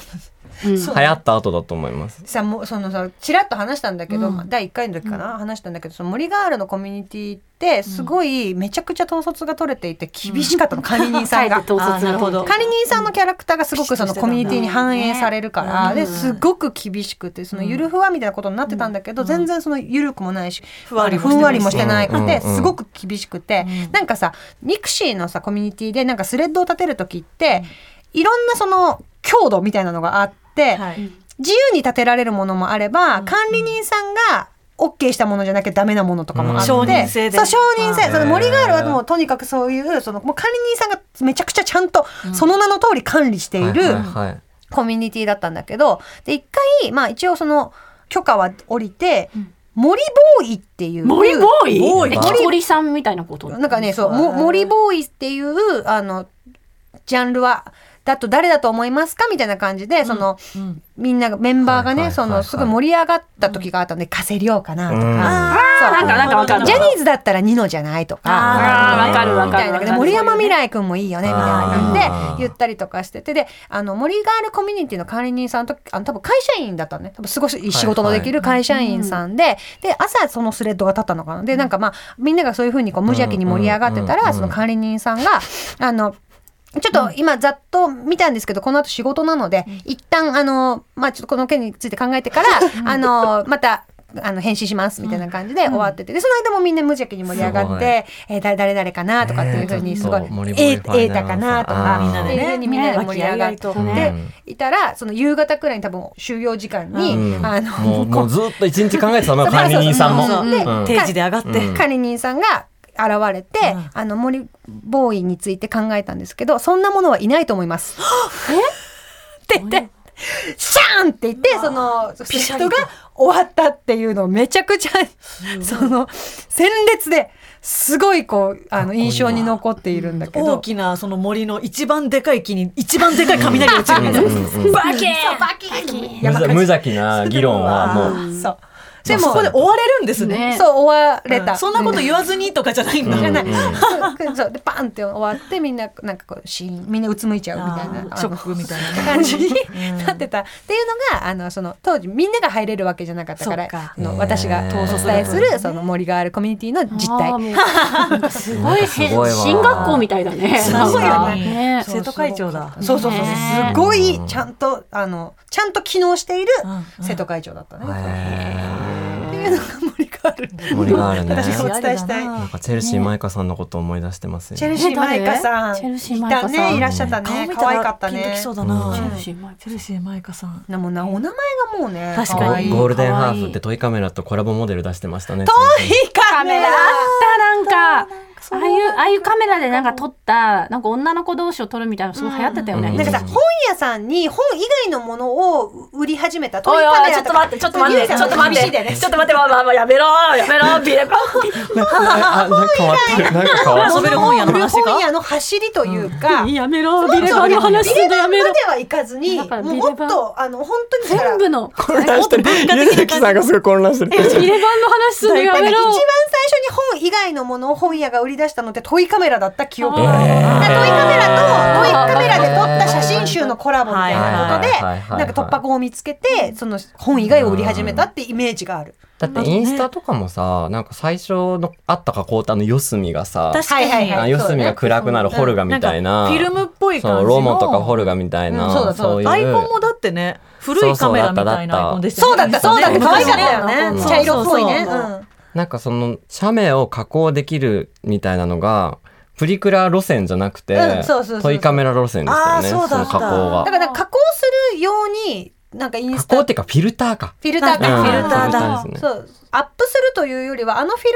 S2: 流行った後だと思います
S3: さもうそのさちらっと話したんだけど、第1回の時かな、話したんだけどその森ガールのコミュニティってすごいめちゃくちゃ統率が取れていて厳しかったの、管理人さん
S1: 書い
S3: が
S1: て。統率
S4: なるほど
S1: が
S3: 管理人さんのキャラクターがすごくその
S4: うん
S3: コミュニティに反映されるから、
S4: ね
S3: ですごく厳しくてそのゆるふわみたいなことになってたんだけど、全然そのゆるくもないし、
S4: ふわりもして
S3: ふんわりもしてなくて、
S2: うんうん
S3: すごく厳しくて、なんかさミクシーのさコミュニティでなんかスレッドを立てる時って、いろんなその強度みたいなのがあって、
S4: はい。
S3: 自由に建てられるものもあれば、管理人さんが OK したものじゃなきゃダメなものとかもあって、
S4: うん承認制で
S3: そう承認
S4: は
S3: 制
S4: い
S3: その森ガールはもうとにかくそういうそのもう管理人さんがめちゃくちゃちゃんとその名の通り管理している
S2: はいはいはい
S3: コミュニティだったんだけどで一回、まあ、一応その許可は降りて、森ボーイっていう
S1: 森ボーイ
S2: ボーイ
S1: え、木こりさんみたいなこと
S3: なんかねそうも森ボーイっていうあのジャンルはだと誰だと思いますかみたいな感じで、その、
S4: うん
S3: みんなが、メンバーが
S2: はいは
S3: ね、
S2: いはいはい
S3: その、すごい盛り上がった時があったんで、加瀬亮かなと
S2: うん
S3: か、
S1: あーなんかなんかわかる
S3: ジャニーズだったらニノじゃないとか、
S1: あーわかるわ
S3: み
S1: か
S3: た
S1: る
S3: いな
S1: わか
S3: 感
S1: る
S3: じで森山未来君もいいよねみたいな感
S2: あ
S3: じで
S2: ー
S3: 言ったりとかしててであの森ガールコミュニティの管理人さんとあの多分会社員だったのね多分すごい仕事のできる会社員さんで、で朝そのスレッドが立ったのかなでなんかまあみんながそういうふうにこう無邪気に盛り上がってたら、
S2: うんうんうん
S3: その管理人さんがあのちょっと今ざっと見たんですけど、この後仕事なので、一旦あの、まあ、ちょっとこの件について考えてから、あの、また、あの、返信しますみたいな感じで終わってて、で、その間もみんな無邪気に盛り上がって、えー、誰誰々かなとかっていうふうに、すごい
S2: ねえちょっと盛、り
S3: え
S2: 盛りファ
S3: ー、え
S2: イ
S3: ー
S2: ナ
S3: た
S2: ル
S3: かなと
S2: あ
S3: か、
S2: ーみんな
S3: って
S2: で
S4: ね
S3: いうふうにみんなで盛り上がっ
S4: 和気あいあいと
S3: て
S1: ね
S3: いたら、その夕方くらいに多分終業時間に、
S2: うん
S3: あ
S2: も
S3: の、
S2: うもうずっと一日考えてたの
S3: そう
S2: 管理人さんも
S3: そうそうそうで
S2: うん
S4: 定時で上がって、
S2: うん
S3: 管理人さんが現れて、
S4: うん
S3: あの森ボーイについて考えたんですけどそんなものはいないと思います。えって言って。シャーンって言ってそのピシットが終わったっていうのをめちゃくちゃその鮮烈ですごいこうあの印象に残っているんだけ
S4: 大
S3: ど。
S4: きなその森の一番でかい木に一番でかい雷が落ちるみたいな。
S1: バケ
S2: 無無邪気な議論はもう
S3: そう
S4: で
S3: で
S4: も
S3: も
S4: そこで終われるんですね。
S1: ね
S3: そう終われた。
S4: そんなこと言わずにとかじゃないんだ。
S3: じゃない、
S2: うんうん
S3: そうそうでバンって終わってみんななんかこうシーンみんなうつむいちゃうみたいな
S4: あー
S3: あ
S4: ショ
S3: の
S4: ックみたいなね
S3: 感じになってたっていうのがあのその当時みんなが入れるわけじゃなかったから
S4: そっか
S3: あの私が
S2: へ
S3: お
S2: ー
S3: 伝えするその森ガールコミュニティの実態
S1: すごい
S2: すごいわ
S1: 新学校みたいだね
S4: す
S3: ごいよね
S1: なんか
S4: 生徒会長だ。
S3: そうそうそうそう
S1: ね
S3: すごいちゃんとあのちゃんと機能している
S4: うんうん
S3: 生徒会長だったね。
S2: へ
S3: っていうのが森ガール
S2: 森ガールね
S3: 私がお伝えしたい
S2: ーなんかチェルシー舞香さんのこと思い出してますよ
S3: チェルシーマイカさん
S1: チェルシー
S3: い
S1: マイ
S3: た
S1: カさん
S3: ねいらっしゃった
S4: 顔
S3: ね
S4: 見
S3: 可
S4: た
S3: 愛からった
S4: ピンと
S3: ね
S4: きそうだな。
S2: うん
S1: チェルシーマイ
S4: チェルシー舞香さん。
S3: なもうなお名前がもうね
S4: 確かに
S3: 可愛い
S2: ゴールデン
S1: かわ
S2: ハ
S1: いい
S2: ーフってトイカメラとコラボモデル出してましたね。
S3: いいカメラ
S1: なんかああいうああいうカメラでなんか撮ったなんか女の子同士を撮るみたいなのすごい流行ってたよね、
S2: うん
S3: なんかさ、
S2: う
S3: 本屋さんに本以外のものを売り始めた。
S1: おいお
S3: トイ
S1: い、ちょっ
S3: カメラか
S1: と待って、ちょっと待って、ちょっと待っ
S3: 厳しいだよ
S1: て、ちょっと待って、まあまあまあ、やめろ、やめろ、ビエポ
S2: なんかあなんか変わってる。なんか変わって
S4: 遊べる本屋の話
S3: ね
S4: が
S3: 本。屋の走りというか、
S1: ン。やめろ、ビレバーの話すんだ、やめ
S3: ま
S1: ろ。
S3: ではいかずに、も
S1: だ
S3: う
S1: から
S3: もっ
S1: ビレバ
S3: と、あの、本当にだから
S1: 全部の、
S2: る。混乱してる。家崎さんがすごい混 乱してる。
S1: ビレバーの話すんだ、や
S3: なんか
S1: め
S3: 一
S1: ろ。
S3: 番最初に本以外のものを本屋が売り出したのってトイカメラだった記憶
S1: あ
S3: がある。
S1: ー
S3: だからトイカメラとトイカメラで撮った写真集のコラボみたいなことで、
S2: はいはいはいはい
S3: なんか突破口を見つけて、その本以外を売り始めたってイメージがある。
S2: だってインスタとかもさ、なんか最初のあったかこうたの四隅がさ、
S4: 確かに。
S3: はいはいは
S2: あ四隅が暗くなるホルガみたいな。
S4: フィルムっぽい感
S2: そ
S4: じ
S2: う
S4: の。
S2: ロモとかホルガみたい
S3: うんそうだ
S2: な。
S3: そう
S2: そういう。
S4: アイコンもだってね、古いカメラみたいなアイコンでした
S3: そうだった、そうだった、可愛かったよ
S2: う
S3: ね。
S2: ん
S3: 茶色っぽいね。
S4: そうそうそう
S3: うん
S2: なんかその写メを加工できるみたいなのがプリクラ路線じゃなくて、
S3: うんそうそうそう
S2: トイカメラ路線でしたよね
S4: あーそうだ
S2: の加工
S3: だ
S2: が
S3: から加工するようになんかイン
S2: 加
S3: スタ
S2: 工っ
S3: フ
S2: ていうかフィルターか
S3: ィルターか、
S2: うん
S3: フィルターだ、
S2: フィルターです
S3: そうアップするというよりはあのフィル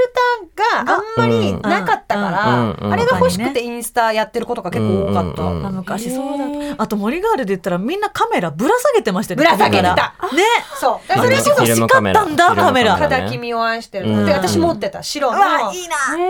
S3: ターがあんまりなかったから、
S2: うんうんうん
S3: あれが欲しくてインスタやってることが結構多かった、
S2: うんうんうん
S4: あ昔
S1: へー
S4: そうだった。あと森ガールで言ったらみんなカメラぶら下げてましたよね。
S3: ぶら下げてた
S4: 首からね。
S3: そうだ
S2: あ
S3: か
S2: の
S3: らそれこ
S2: フ
S3: そ
S2: ィルム
S4: 叱ったんだ
S2: フィルム
S4: カメラ
S2: ね
S3: 肌君を愛してる、
S2: うん
S3: で私持ってた白の
S4: いな。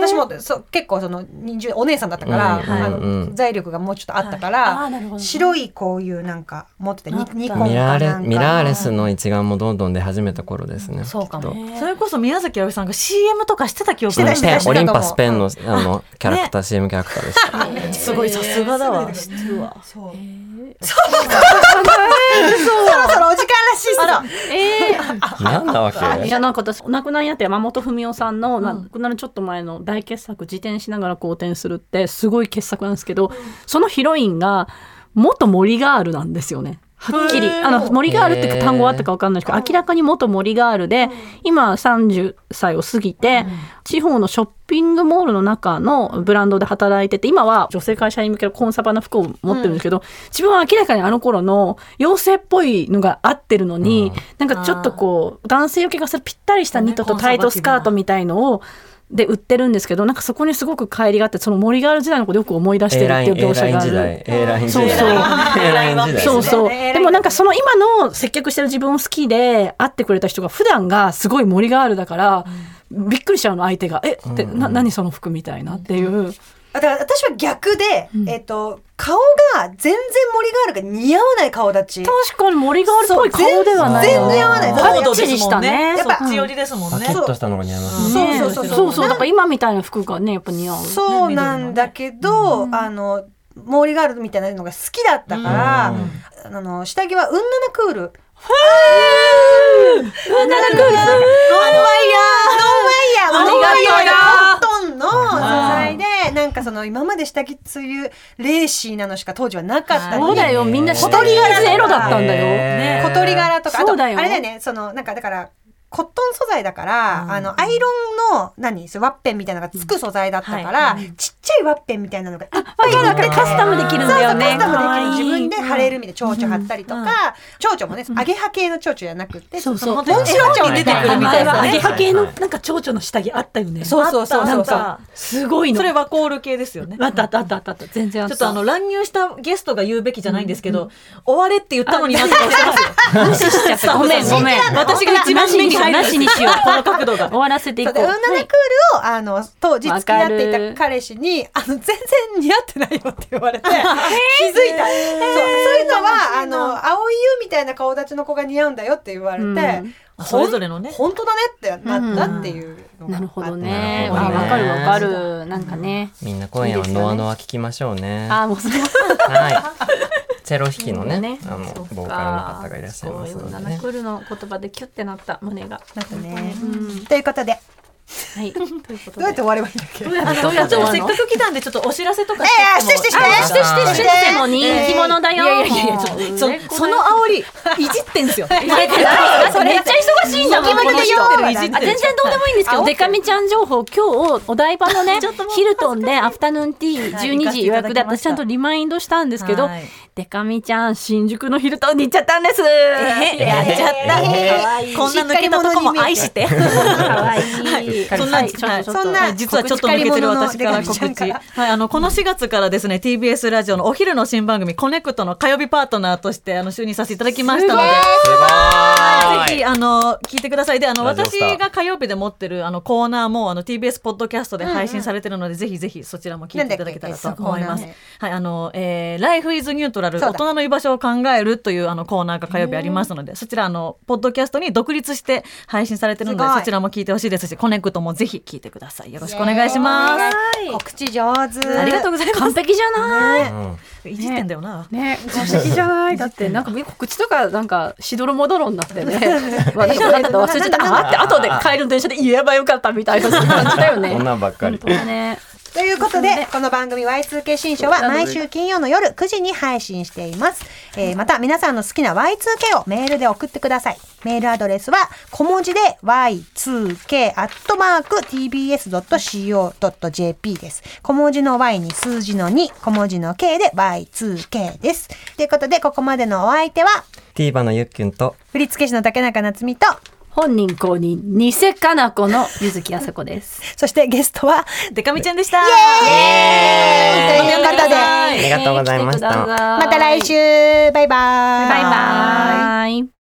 S3: 私もそう結構その20お姉さんだったから、
S2: うんはい
S3: あの
S2: うん
S3: 財力がもうちょっとあったか
S1: あ
S3: ら、
S1: ーなるほど
S3: 白いこういうなんか持ってたニニコンか
S2: ミ
S3: な
S2: ラ
S3: んか
S2: ー
S3: の
S2: レミラーレスの一眼もどんどん出始めた頃ですね
S3: そうかも
S2: きっ
S4: それこそ宮崎あおいさんが CM とかしてた記憶
S2: と
S3: してた
S2: うんペン
S3: してた
S2: オリンパスペンのあのキャラクター CM キャラクターでした
S4: すごいさすがだわ。
S3: そう。そろそろお時間らしいっす。
S1: えー
S2: なんなわけ
S1: いやなんか私お亡くなりになって山本文夫さんの亡くなるちょっと前の大傑作「自転しながら好転する」ってすごい傑作なんですけどそのヒロインが元森ガールなんですよね。はっきり
S4: へー
S1: あの森ガールって単語あったか分かんないですけど明らかに元森ガールで今30歳を過ぎて地方のショッピングモールの中のブランドで働いてて今は女性会社員向けのコンサバの服を持ってるんですけど自分は明らかにあの頃の妖精っぽいのが合ってるのになんかちょっとこう男性受けがするぴったりしたニットとタイトスカートみたいのをで売ってるんですけどなんかそこにすごく乖離があってその森ガール時代のことをよく思い出して
S2: A
S1: るっ
S2: ラ
S1: てい
S2: イン
S1: う
S2: A
S1: 描
S2: ラ
S1: 写
S2: イン
S1: があ
S2: 時
S1: る。
S2: 代 A ライ
S1: そうそう
S2: ン時代 A ライン時代ですね
S1: そうそう。
S3: ね
S1: でもなんかその今の接客してる自分を好きで会ってくれた人が普段がすごい森ガールだから、びっくりしちゃうの相手が。えって、な、何その服みたいなっていう。
S3: だから私は逆で、えっと、顔が全然森ガールが似合わない顔立ち。
S1: 確かに森ガールっぽい顔ではない
S3: 全然合わない
S1: パッチリしたね
S4: やっ
S3: ぱ
S4: ぱ寄りですもん
S2: パ
S4: ね
S2: キ。ッとしたのが似合いますね。
S3: そう
S1: ね
S3: そうそうそう
S1: そうそうだから今みたいな服がねやっぱ似合うよね
S3: そうなんだけど、あの、モーリーガールみたいなのが好きだったから、あの、下着はうんななクール。
S1: うんなんか
S3: ノンワイヤーノンワイヤーノンワイヤーのコットンの素材で、なんかその今まで下着そういうレーシーなのしか当時はなかった
S1: そうだよみんな下着がエロだったんだよ、
S2: へー
S3: 小鳥柄とか、あと、
S1: そう
S3: あ
S1: だ
S3: れ
S1: よ
S3: だよね、その、なんかだから、コットン素材だから、あの、アイロンの、何、そうワッペンみたいなのがつく素材だったから、ちっちゃいワッペンみたいなのがいっぱ
S1: わ
S3: い
S1: かるわかるカスタムできるんだよね
S3: そうそうカスタムできる
S1: 可愛い
S3: 自分で貼れるみたいな蝶々貼ったりとか、蝶々もね、揚げ葉系の蝶々じゃなくて、
S1: そうそう
S3: 本当に白蝶々み
S4: 出て
S3: たい
S4: くるみ
S3: な。
S4: たいな
S1: あ
S4: ね
S1: げは系のなんか蝶々の下着あったよね。
S3: そうそうそう
S1: なん
S3: そうそう
S1: かすごいの。
S4: それワコール系ですよね。
S1: あったあったあったあったあった全然あっ
S4: ちょ
S1: た。
S4: っとあの乱入したゲストが言うべきじゃないんですけど、終われって言ったのになぜか押してますよ。
S1: 無視しちゃった。ごめんごめん。
S4: 私が一番目に入る
S1: なしに しよう。
S4: この角度が
S1: 終。わらせていこ
S3: そう
S1: う。
S3: で、ウンナナクールを、あの、当時付き合っていた彼氏に、あの、全然似合ってないよって言われて、気づいた。そう、そういうのは、あの、青い優みたいな顔立ちの子が似合うんだよって言われ
S1: う
S3: て
S1: ん、
S4: あそれぞれのね
S3: 本当だねってなったっていうの
S1: な
S3: があって
S1: るほどね。
S2: な
S1: わ
S2: るほどね
S1: わかるわかる。なんかね。
S2: みんな今夜はノアノア聞きましょうね。
S1: あーもうそれ
S2: はい。チェロ弾きのね、
S1: ね
S2: あの
S1: そっか
S2: ボーカルの方がいらっしゃいます
S1: そう
S2: の
S1: ウン
S2: で
S1: ナナ
S2: ね
S1: ク。ールの言葉でキュッてなった胸が。
S3: なったね。
S1: うん
S3: ということで、
S1: はい。ということで。
S3: どうやって終わればいいんだっけ
S1: どうやってどうやって
S4: ち
S1: 終
S4: ょっ
S1: わ
S4: とせ
S1: る
S4: っ
S1: の
S4: か？く来たんでちょっとお知らせとか
S3: ええ
S4: して
S3: してして
S4: も
S3: して
S1: してしてしてしても人気者だよ。
S4: いやいやいやちょっとそその煽りいじってん すよ。
S1: めっちゃ忙しいんだもん。
S3: ム
S1: この
S3: で
S1: 人
S3: よ
S4: いじってる
S1: あ全然どうでもいいんですけど、
S3: あ
S1: デカミちゃん情報、今日お台場のね、 ヒルトンでアフタヌーンティー
S4: はい
S1: 12時予約で、
S4: 行か
S1: 私ち
S4: せてい
S1: ゃ
S4: ただきました
S1: んとリマインドしたんですけど
S4: はい、
S1: デカミちゃん、新宿のヒルトンに行っちゃったんです。
S4: やっちゃった。 こんな抜けたとこも愛 し て。
S1: かわいい。
S4: そんな、
S1: はいちょっとちょっと
S3: そんな
S4: はい実はちょっと抜けてる私から告
S3: 告知
S4: 知。はい、あの、この4月からですね、TBS ラジオのお昼の新番組、コネクトの火曜日パートナーとして、あの、就任させていただきましたので、ぜひ、あの、聞いてください。で、あの、
S5: ラジオ
S4: 私
S5: スター
S4: が火曜日で持ってる、あの、コーナーも、あの、TBS ポッドキャストで配信されてるので、ぜひぜひそちらも聞いていただけたらと思いま
S3: なんだっけ
S4: す
S3: え。
S4: はい、あの、えー、Life is Neutral、
S3: そうだ
S4: 大人の居場所を考えるという、あの、コーナーが火曜日ありますので、そちら、あの、ポッドキャストに独立して配信されてるの
S3: す
S4: で、
S3: ごい
S4: そちらも聞いてほしいですし、コネクトもぜひ聞いてください。よろしくお願いします。
S3: 告知上手。
S4: ありがとうございます。
S1: 完璧じゃない
S2: うん
S4: いじってんだよな。
S1: ね、完璧じゃ ない。だって、なんか、告知とか、なんか、しどろもどろにな ってね。まあ、なんかなんだった忘れちゃ った。あーって、後で帰る電車で言えばよかったみたいな感じだ よね。
S5: こんなんばっかり
S1: 本当だね。
S3: ということで、この番組 Y2K 新書は毎週金曜の夜9時に配信しています。えーまた皆さんの好きな Y2K をメールで送ってください。メールアドレスは小文字で y2k.tbs.co.jp です。小文字の y に数字の2、小文字の k で y2k です。ということで、ここまでのお相手は、
S2: ティーバのゆっきゅんと
S3: 振付師の竹中夏美と、
S1: 本人公認、偽かな子のゆずきあさこです。
S3: そしてゲストは、
S4: でかみちゃんでした。
S3: え ーということで、
S2: ありがとうございました
S1: えー来てください
S3: また来週バイバイ
S1: バイバイ。